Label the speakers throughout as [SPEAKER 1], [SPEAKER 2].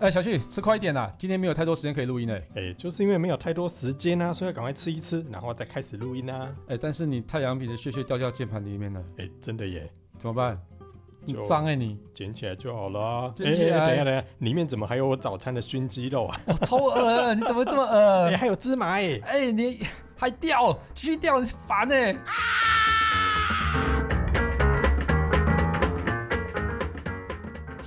[SPEAKER 1] 哎、小旭，吃快一点啦！今天没有太多时间可以录音嘞。
[SPEAKER 2] 哎、就是因为没有太多时间啊，所以要赶快吃一吃，然后再开始录音啊。
[SPEAKER 1] 哎、但是你太阳饼的屑屑掉到键盘里面了，
[SPEAKER 2] 哎、真的耶，
[SPEAKER 1] 怎么办？你
[SPEAKER 2] 就
[SPEAKER 1] 脏哎、 你！
[SPEAKER 2] 捡起来就好了。
[SPEAKER 1] 捡起来
[SPEAKER 2] 哎哎等一下，等一下，里面怎么还有我早餐的熏鸡肉啊？
[SPEAKER 1] 哦、超恶的，你怎么这么
[SPEAKER 2] 哎、
[SPEAKER 1] 恶？
[SPEAKER 2] 还有芝麻哎、
[SPEAKER 1] 哎、你还掉，继续掉，你烦哎呢、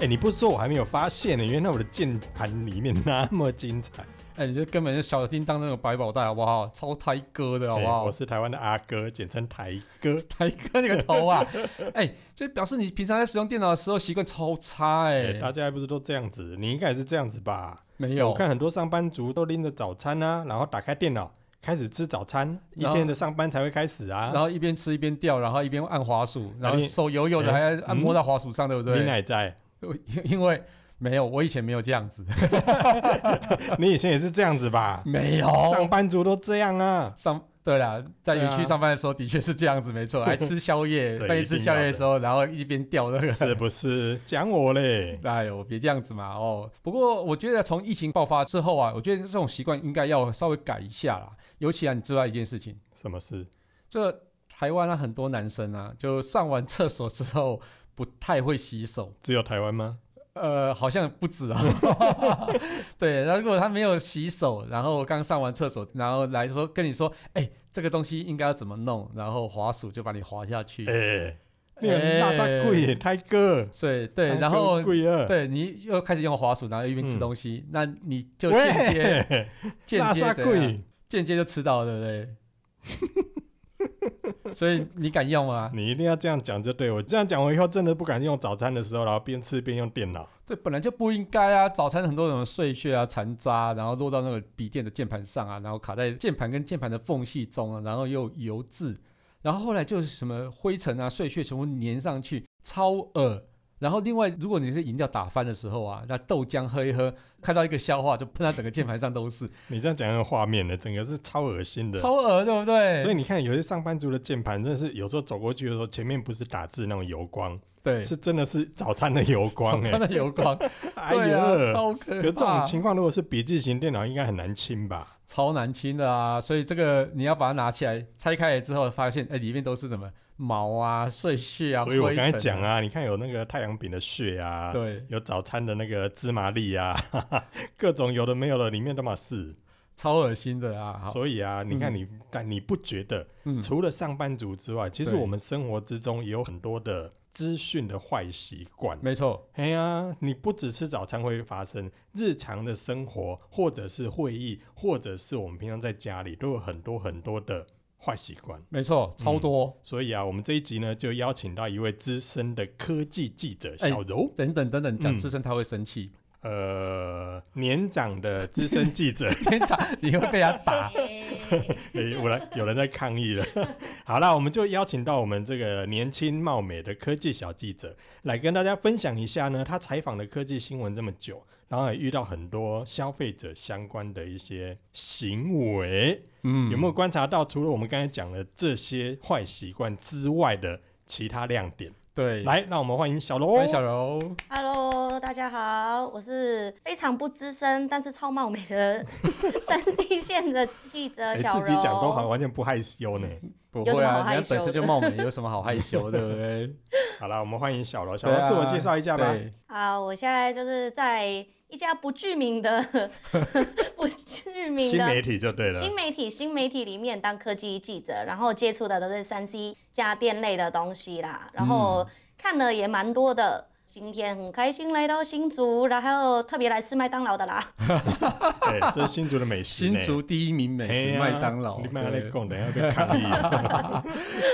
[SPEAKER 2] 哎、你不说我还没有发现呢，原来我的键盘里面那么精彩，
[SPEAKER 1] 哎、你这根本是小叮当那种百宝袋，好不好？超胎哥的好不
[SPEAKER 2] 哎
[SPEAKER 1] 好？
[SPEAKER 2] 我是台湾的阿哥，简称台哥。
[SPEAKER 1] 胎哥那个头啊！ 哎、就表示你平常在使用电脑的时候习惯超差哎、
[SPEAKER 2] 哎、大家还不是都这样子？你应该也是这样子吧？
[SPEAKER 1] 没
[SPEAKER 2] 我
[SPEAKER 1] 有，
[SPEAKER 2] 看很多上班族都拎着早餐啊，然后打开电脑开始吃早餐，一
[SPEAKER 1] 然后
[SPEAKER 2] 天的上班才会开始啊。
[SPEAKER 1] 然后一边吃一边掉，然后一边按滑鼠，然后
[SPEAKER 2] 你
[SPEAKER 1] 手油油的
[SPEAKER 2] 哎
[SPEAKER 1] 还要按
[SPEAKER 2] 嗯
[SPEAKER 1] 摸到滑鼠上，对不
[SPEAKER 2] 你
[SPEAKER 1] 对？
[SPEAKER 2] 奶在，
[SPEAKER 1] 我因 因为没有，我以前没有这样 子，
[SPEAKER 2] 你以前也是这样子吧？
[SPEAKER 1] 没有
[SPEAKER 2] 上班族都这样啊。
[SPEAKER 1] 上。对啦，在
[SPEAKER 2] 对
[SPEAKER 1] 园
[SPEAKER 2] 啊
[SPEAKER 1] 区上班的时候的确是这样子，没 错，还吃宵夜，
[SPEAKER 2] 对
[SPEAKER 1] 半夜
[SPEAKER 2] 一
[SPEAKER 1] 吃
[SPEAKER 2] 定
[SPEAKER 1] 宵
[SPEAKER 2] 要
[SPEAKER 1] 夜的
[SPEAKER 2] 的
[SPEAKER 1] 时候，然后一边掉那个，
[SPEAKER 2] 是不是讲我嘞？
[SPEAKER 1] 哎呦，别这样子嘛哦。不过我觉得从疫情爆发之后啊，我觉得这种习惯应该要稍微改一下啦。尤其啊，你知道一件事情，
[SPEAKER 2] 什么事？
[SPEAKER 1] 这台湾啊很多男生啊，就上完厕所之后不太会洗手，
[SPEAKER 2] 只有台湾吗？
[SPEAKER 1] 呃，好像不止啊。 对，然后如果他没有洗手，然后刚上完厕所，然后来说跟你说，哎，这个东西应该要怎么弄，然后滑鼠就把你滑下去。
[SPEAKER 2] 哎、你很大傻贵耶，台哥。
[SPEAKER 1] 对哎对，然后
[SPEAKER 2] 贵啊二，
[SPEAKER 1] 对你又开始用滑鼠，然后一边吃
[SPEAKER 2] 嗯
[SPEAKER 1] 东西，那你就间接
[SPEAKER 2] 喂，
[SPEAKER 1] 间
[SPEAKER 2] 大傻
[SPEAKER 1] 接怎样
[SPEAKER 2] 贵，
[SPEAKER 1] 间接就吃到了，对不对？所 以你敢用吗？
[SPEAKER 2] 你一定要这样讲就对我这样讲，我以后真的不敢用早餐的时候，然后边吃边用电脑。
[SPEAKER 1] 这本来就不应该啊！早餐很多种碎屑啊、残渣啊，然后落到那个笔电的键盘上啊，然后卡在键盘跟键盘的缝隙中啊，然后又油渍，然后后来就是什么灰尘啊、碎屑全部粘上去，超恶。然后另外，如果你是饮料打翻的时候啊，那豆浆喝一喝，看到一个笑话就喷到整个键盘上都是，
[SPEAKER 2] 你这样讲很有画面的，整个是超恶心的。
[SPEAKER 1] 超恶，对不对？
[SPEAKER 2] 所
[SPEAKER 1] 以
[SPEAKER 2] 以你看，有些上班族的键盘真的是有时候走过去的时候，前面不是打字那种油光，
[SPEAKER 1] 对，
[SPEAKER 2] 是真的是早餐的油光哎、
[SPEAKER 1] 真的油光，
[SPEAKER 2] 哎
[SPEAKER 1] 对啊，
[SPEAKER 2] 呀，
[SPEAKER 1] 超
[SPEAKER 2] 可
[SPEAKER 1] 可
[SPEAKER 2] 是这
[SPEAKER 1] 怕
[SPEAKER 2] 种，情况如果是笔记型电脑，应该很难 清吧？
[SPEAKER 1] 超难清的啊！所以这个你要把它拿起来拆开来之后，发现哎、里面都是什么毛啊、碎屑啊、
[SPEAKER 2] 所以我
[SPEAKER 1] 灰
[SPEAKER 2] 刚才
[SPEAKER 1] 尘
[SPEAKER 2] 讲，啊，你看有那个太阳饼的屑啊，
[SPEAKER 1] 对，
[SPEAKER 2] 有早餐的那个芝麻粒啊， 哈哈各种有的没有的，里面都嘛是。
[SPEAKER 1] 超恶心的啊！好，
[SPEAKER 2] 所以啊，你看
[SPEAKER 1] 嗯
[SPEAKER 2] 你，但你不觉得
[SPEAKER 1] 嗯，
[SPEAKER 2] 除了上班族之外，其实
[SPEAKER 1] 对
[SPEAKER 2] 我们生活之中也有很多的资讯的坏习惯。
[SPEAKER 1] 没错，
[SPEAKER 2] 哎呀，你不只吃早餐会发生，日常的生活或者是会议，或者是我们平常在家里都有很多很多的坏习惯。
[SPEAKER 1] 没错，超多。
[SPEAKER 2] 所以啊，我们这一集呢，就邀请到一位资深的科技记者
[SPEAKER 1] 哎
[SPEAKER 2] 小柔，
[SPEAKER 1] 等等等等，讲
[SPEAKER 2] 嗯
[SPEAKER 1] 自身他会生气，
[SPEAKER 2] 呃，年长的资深记 者，
[SPEAKER 1] 天长你会被他打。
[SPEAKER 2] 诶我来有人在抗议了。 好啦，我们就邀请到我们这个年轻貌美的科技小记者来跟大家分享一下呢，他采访的科技新闻这么久，然后也遇到很多消费者相关的一些行为，
[SPEAKER 1] 嗯，
[SPEAKER 2] 有没有观察到？除了我们刚才讲的这些坏习惯之外的其他亮点？
[SPEAKER 1] 对？
[SPEAKER 2] 来，让我们欢迎小
[SPEAKER 1] 欢
[SPEAKER 2] 罗
[SPEAKER 1] 迎。小柔，
[SPEAKER 3] Hello，大家好，我是非常不资深，但是超貌美 的三 C 线的记者
[SPEAKER 2] 诶
[SPEAKER 3] 小柔。
[SPEAKER 2] 哎
[SPEAKER 3] 嗯
[SPEAKER 2] 自己讲都好，完全不害羞呢。
[SPEAKER 1] 不
[SPEAKER 3] 有什
[SPEAKER 1] 会
[SPEAKER 3] 么好
[SPEAKER 1] 啊，
[SPEAKER 3] 害
[SPEAKER 1] 人家本
[SPEAKER 3] 羞
[SPEAKER 1] 身就
[SPEAKER 3] 的
[SPEAKER 1] 貌美，有什么好害羞，对不对？
[SPEAKER 2] 好啦，我们欢迎小罗。小
[SPEAKER 1] 对
[SPEAKER 2] 罗
[SPEAKER 1] 啊
[SPEAKER 2] 自我介绍一下吧。
[SPEAKER 1] 对
[SPEAKER 3] 好，我现在就是在一家不具 名的不具名
[SPEAKER 2] 新
[SPEAKER 3] 的
[SPEAKER 2] 媒体就对了。
[SPEAKER 3] 新媒体新媒体里面当科技记者，然后接触的都是三 C 家电类的东西啦，然
[SPEAKER 2] 嗯
[SPEAKER 3] 后看的也蛮多的。今天很开心来到新竹，然后特别来吃麦当劳的啦。
[SPEAKER 2] 哎、 这是新竹的美食
[SPEAKER 1] 新
[SPEAKER 2] 呢。
[SPEAKER 1] 竹第一名美
[SPEAKER 2] 嘿
[SPEAKER 1] 食
[SPEAKER 2] 呀
[SPEAKER 1] 麦当劳，
[SPEAKER 2] 你麦当
[SPEAKER 1] 对
[SPEAKER 2] 劳讲，等一下被抗 议。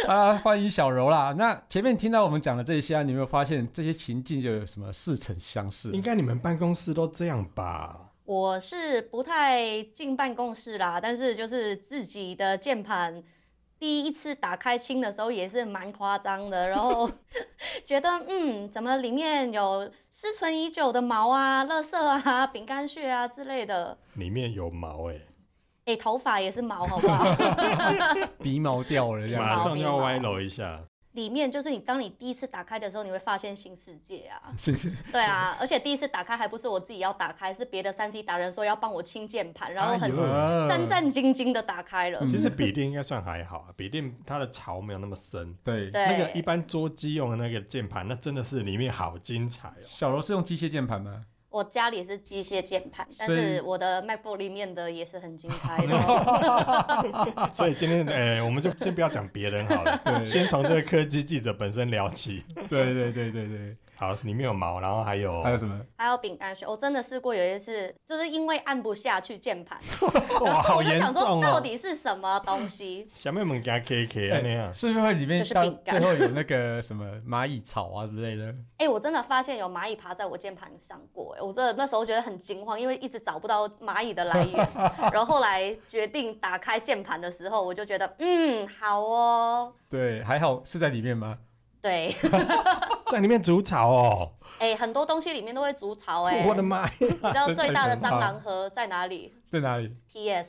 [SPEAKER 1] 啊，欢迎小柔啦。那前面听到我们讲的这些啊，你有没有发现这些情境就有什么似曾相识？
[SPEAKER 2] 应该你们办公室都这样吧？
[SPEAKER 3] 我是不太进办公室啦，但是就是自己的键盘。第一次打开清的时候也是蛮夸张的，然后觉得嗯，怎么里面有失存已久的毛啊、垃圾啊、饼干屑啊之类的，
[SPEAKER 2] 里面有毛哎、
[SPEAKER 3] 哎、头发也是毛，好不好？
[SPEAKER 1] 鼻毛掉了这
[SPEAKER 3] 有
[SPEAKER 1] 样
[SPEAKER 2] 马
[SPEAKER 1] 子，
[SPEAKER 3] 毛
[SPEAKER 2] 上要歪楼一下。
[SPEAKER 3] 里面就是你，当你第一次打开的时候，你会发现新世界啊！
[SPEAKER 1] 是是，
[SPEAKER 3] 对啊，而且第一次打开还不是我自己要打开，是别的三 C 达人说要帮我清键盘，然后很
[SPEAKER 1] 啊
[SPEAKER 2] 哎
[SPEAKER 3] 战
[SPEAKER 2] 呦
[SPEAKER 3] 战兢兢的打开了。
[SPEAKER 1] 嗯
[SPEAKER 2] 其实笔电应该算还好，笔电它的槽没有那么深。
[SPEAKER 1] 对。
[SPEAKER 3] 对，
[SPEAKER 2] 那个一般桌机用的那个键盘，那真的是里面好精彩哦。
[SPEAKER 1] 小柔是用机械键盘吗？
[SPEAKER 3] 我家里是机械键盘，但
[SPEAKER 1] 所以
[SPEAKER 3] 是我的 MacBook 里面的也是很精彩的 哦。
[SPEAKER 2] 所以今天，呃、我们就先不要讲别人好了，
[SPEAKER 1] 对
[SPEAKER 2] 先从这个科技记者本身聊起。
[SPEAKER 1] 对对对对对，
[SPEAKER 2] 好，里面有毛，然后还有
[SPEAKER 1] 还有什么？
[SPEAKER 3] 还有饼干屑，我真的试过有一次，就是因为按不下去键盘，
[SPEAKER 2] 哇，好
[SPEAKER 3] 我就
[SPEAKER 2] 严
[SPEAKER 3] 想说
[SPEAKER 2] 重
[SPEAKER 3] 到
[SPEAKER 2] 哦、
[SPEAKER 3] 底是什么东西。
[SPEAKER 2] 小妹们给他 K K 啊那样，
[SPEAKER 1] 哎是不是会里面
[SPEAKER 3] 这是
[SPEAKER 1] 到
[SPEAKER 3] 饼
[SPEAKER 1] 最
[SPEAKER 3] 干
[SPEAKER 1] 后有那个什么蚂蚁草啊之类的？
[SPEAKER 3] 哎、我真的发现有蚂蚁爬在我键盘上过、哎，我真的那时候觉得很惊慌，因为一直找不到蚂蚁的来源，然后后来决定打开键盘的时候，我就觉得，嗯，好哦，
[SPEAKER 1] 对，还好是在里面吗？
[SPEAKER 3] 对，
[SPEAKER 2] 在里面煮草哦、
[SPEAKER 3] 哎、很多东西里面都会筑巢、哎，
[SPEAKER 2] 我的妈呀！
[SPEAKER 3] 你知道最大的
[SPEAKER 1] 太可怕
[SPEAKER 3] 蟑
[SPEAKER 1] 了
[SPEAKER 3] 螂盒在哪里
[SPEAKER 1] 在哪里？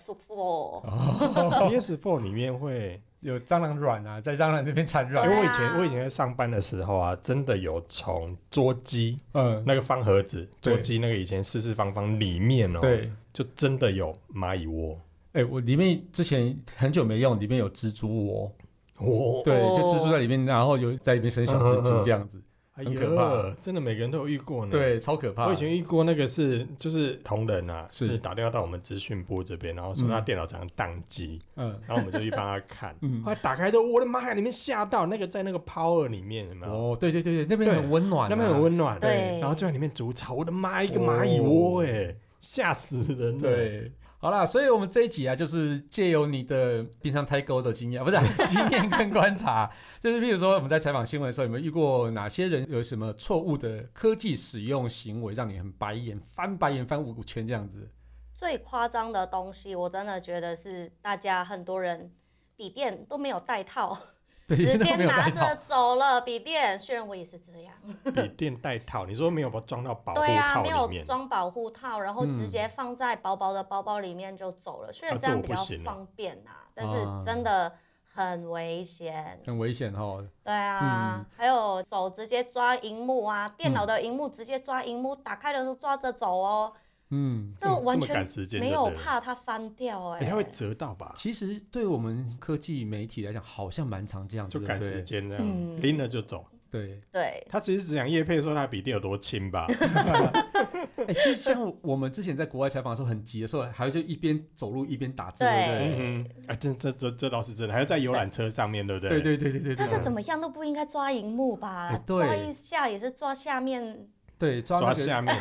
[SPEAKER 3] ？PS4，
[SPEAKER 1] 哦
[SPEAKER 2] PS Four 里面会，
[SPEAKER 1] 有蟑螂卵啊，在蟑螂那边产
[SPEAKER 2] 因
[SPEAKER 1] 卵。
[SPEAKER 2] 为哎我
[SPEAKER 3] 对
[SPEAKER 2] 以
[SPEAKER 3] 啊
[SPEAKER 2] 前我以前在上班的时候啊，真的有从桌机
[SPEAKER 1] 嗯，
[SPEAKER 2] 那个方盒子，
[SPEAKER 1] 对
[SPEAKER 2] 桌机那个以前四四方方里面哦、
[SPEAKER 1] 对，
[SPEAKER 2] 就真的有蚂蚁窝。
[SPEAKER 1] 哎、我里面之前很久没用，里面有蜘蛛窝，
[SPEAKER 2] 哦，
[SPEAKER 1] 对，
[SPEAKER 3] 哦
[SPEAKER 1] 就蜘蛛在里面，然后有在里面生小蜘蛛这样子，
[SPEAKER 2] 哎
[SPEAKER 1] 很可怕
[SPEAKER 2] 呦，真的每个人都有遇过呢。，
[SPEAKER 1] 对，超可怕。
[SPEAKER 2] 我以前遇过那个是就是同仁啊，
[SPEAKER 1] 是
[SPEAKER 2] 是打电话到我们资讯部这边，然后说他
[SPEAKER 1] 嗯
[SPEAKER 2] 电脑常常宕机，
[SPEAKER 1] 嗯。
[SPEAKER 2] 然后我们就去帮他看
[SPEAKER 1] 嗯
[SPEAKER 2] 后，来打开都，我的妈呀！里面吓到那个在那个 Power 里面有没有？
[SPEAKER 1] 哦，对对对对，那边很温暖、啊，
[SPEAKER 2] 那边很温暖，
[SPEAKER 3] 对
[SPEAKER 2] 然后就在里面煮草，我的妈，一个蚂蚁窝，哎，吓死人了。，
[SPEAKER 1] 对，好啦，所以我们这一集啊，就是借由你的冰上太沟的经验，不是啊、经验跟观察，就是譬如说我们在采访新闻的时候，有没有遇过哪些人有什么错误的科技使用行为，让你很白眼翻白眼翻五圈这样子？
[SPEAKER 3] 最夸张的东西，我真的觉得是大家很多人笔电都没有带套，
[SPEAKER 1] 对，
[SPEAKER 3] 直
[SPEAKER 1] 都
[SPEAKER 3] 接
[SPEAKER 1] 没有
[SPEAKER 3] 拿
[SPEAKER 1] 带
[SPEAKER 3] 着
[SPEAKER 1] 套。
[SPEAKER 3] 走了笔电。虽然我也是这样，
[SPEAKER 2] 笔电带套，你说没有把它装到保护
[SPEAKER 3] 对啊，
[SPEAKER 2] 套
[SPEAKER 3] 没
[SPEAKER 2] 里
[SPEAKER 3] 有
[SPEAKER 2] 面，
[SPEAKER 3] 装保护套，然后
[SPEAKER 1] 嗯
[SPEAKER 3] 直接放在薄薄的包包里面就走了。虽然
[SPEAKER 2] 啊
[SPEAKER 3] 这样
[SPEAKER 2] 这我
[SPEAKER 3] 比
[SPEAKER 2] 不
[SPEAKER 3] 较
[SPEAKER 2] 行啊
[SPEAKER 3] 方便啊，但
[SPEAKER 1] 啊
[SPEAKER 3] 是真的很危险。
[SPEAKER 1] 很危险哦，
[SPEAKER 3] 对
[SPEAKER 2] 嗯
[SPEAKER 3] 啊，还有手直接抓荧幕啊，电脑的荧幕直接抓荧幕，打开的时候抓着走哦，
[SPEAKER 1] 嗯，
[SPEAKER 2] 这么
[SPEAKER 3] 完
[SPEAKER 2] 这么赶
[SPEAKER 3] 全
[SPEAKER 2] 时间，
[SPEAKER 3] 没有
[SPEAKER 2] 对不对，
[SPEAKER 3] 怕它翻掉哎、
[SPEAKER 2] 哎它会折到吧？
[SPEAKER 1] 其实对我们科技媒体来讲，好像蛮常这样
[SPEAKER 2] 就
[SPEAKER 1] 子，对
[SPEAKER 2] 赶
[SPEAKER 1] 不
[SPEAKER 2] 时
[SPEAKER 1] 对？
[SPEAKER 2] 间这样，
[SPEAKER 3] 嗯
[SPEAKER 2] 拎了就走。
[SPEAKER 1] 对，
[SPEAKER 3] 对，
[SPEAKER 2] 他其实只想叶配说他笔电有多轻吧？
[SPEAKER 1] 哎，就像我们之前在国外采访的时候，很急的时候，还会就一边走路一边打字，对不对
[SPEAKER 3] 对？
[SPEAKER 2] 嗯哼，啊，这这这这倒是真的，还要在游览车上面，对不对？
[SPEAKER 1] 对对对对对对，
[SPEAKER 3] 但是怎么样都不应该抓荧幕吧
[SPEAKER 1] 哎？对
[SPEAKER 3] 抓一下也是抓下面，
[SPEAKER 1] 对抓
[SPEAKER 2] 抓
[SPEAKER 1] 那个
[SPEAKER 2] 下 面，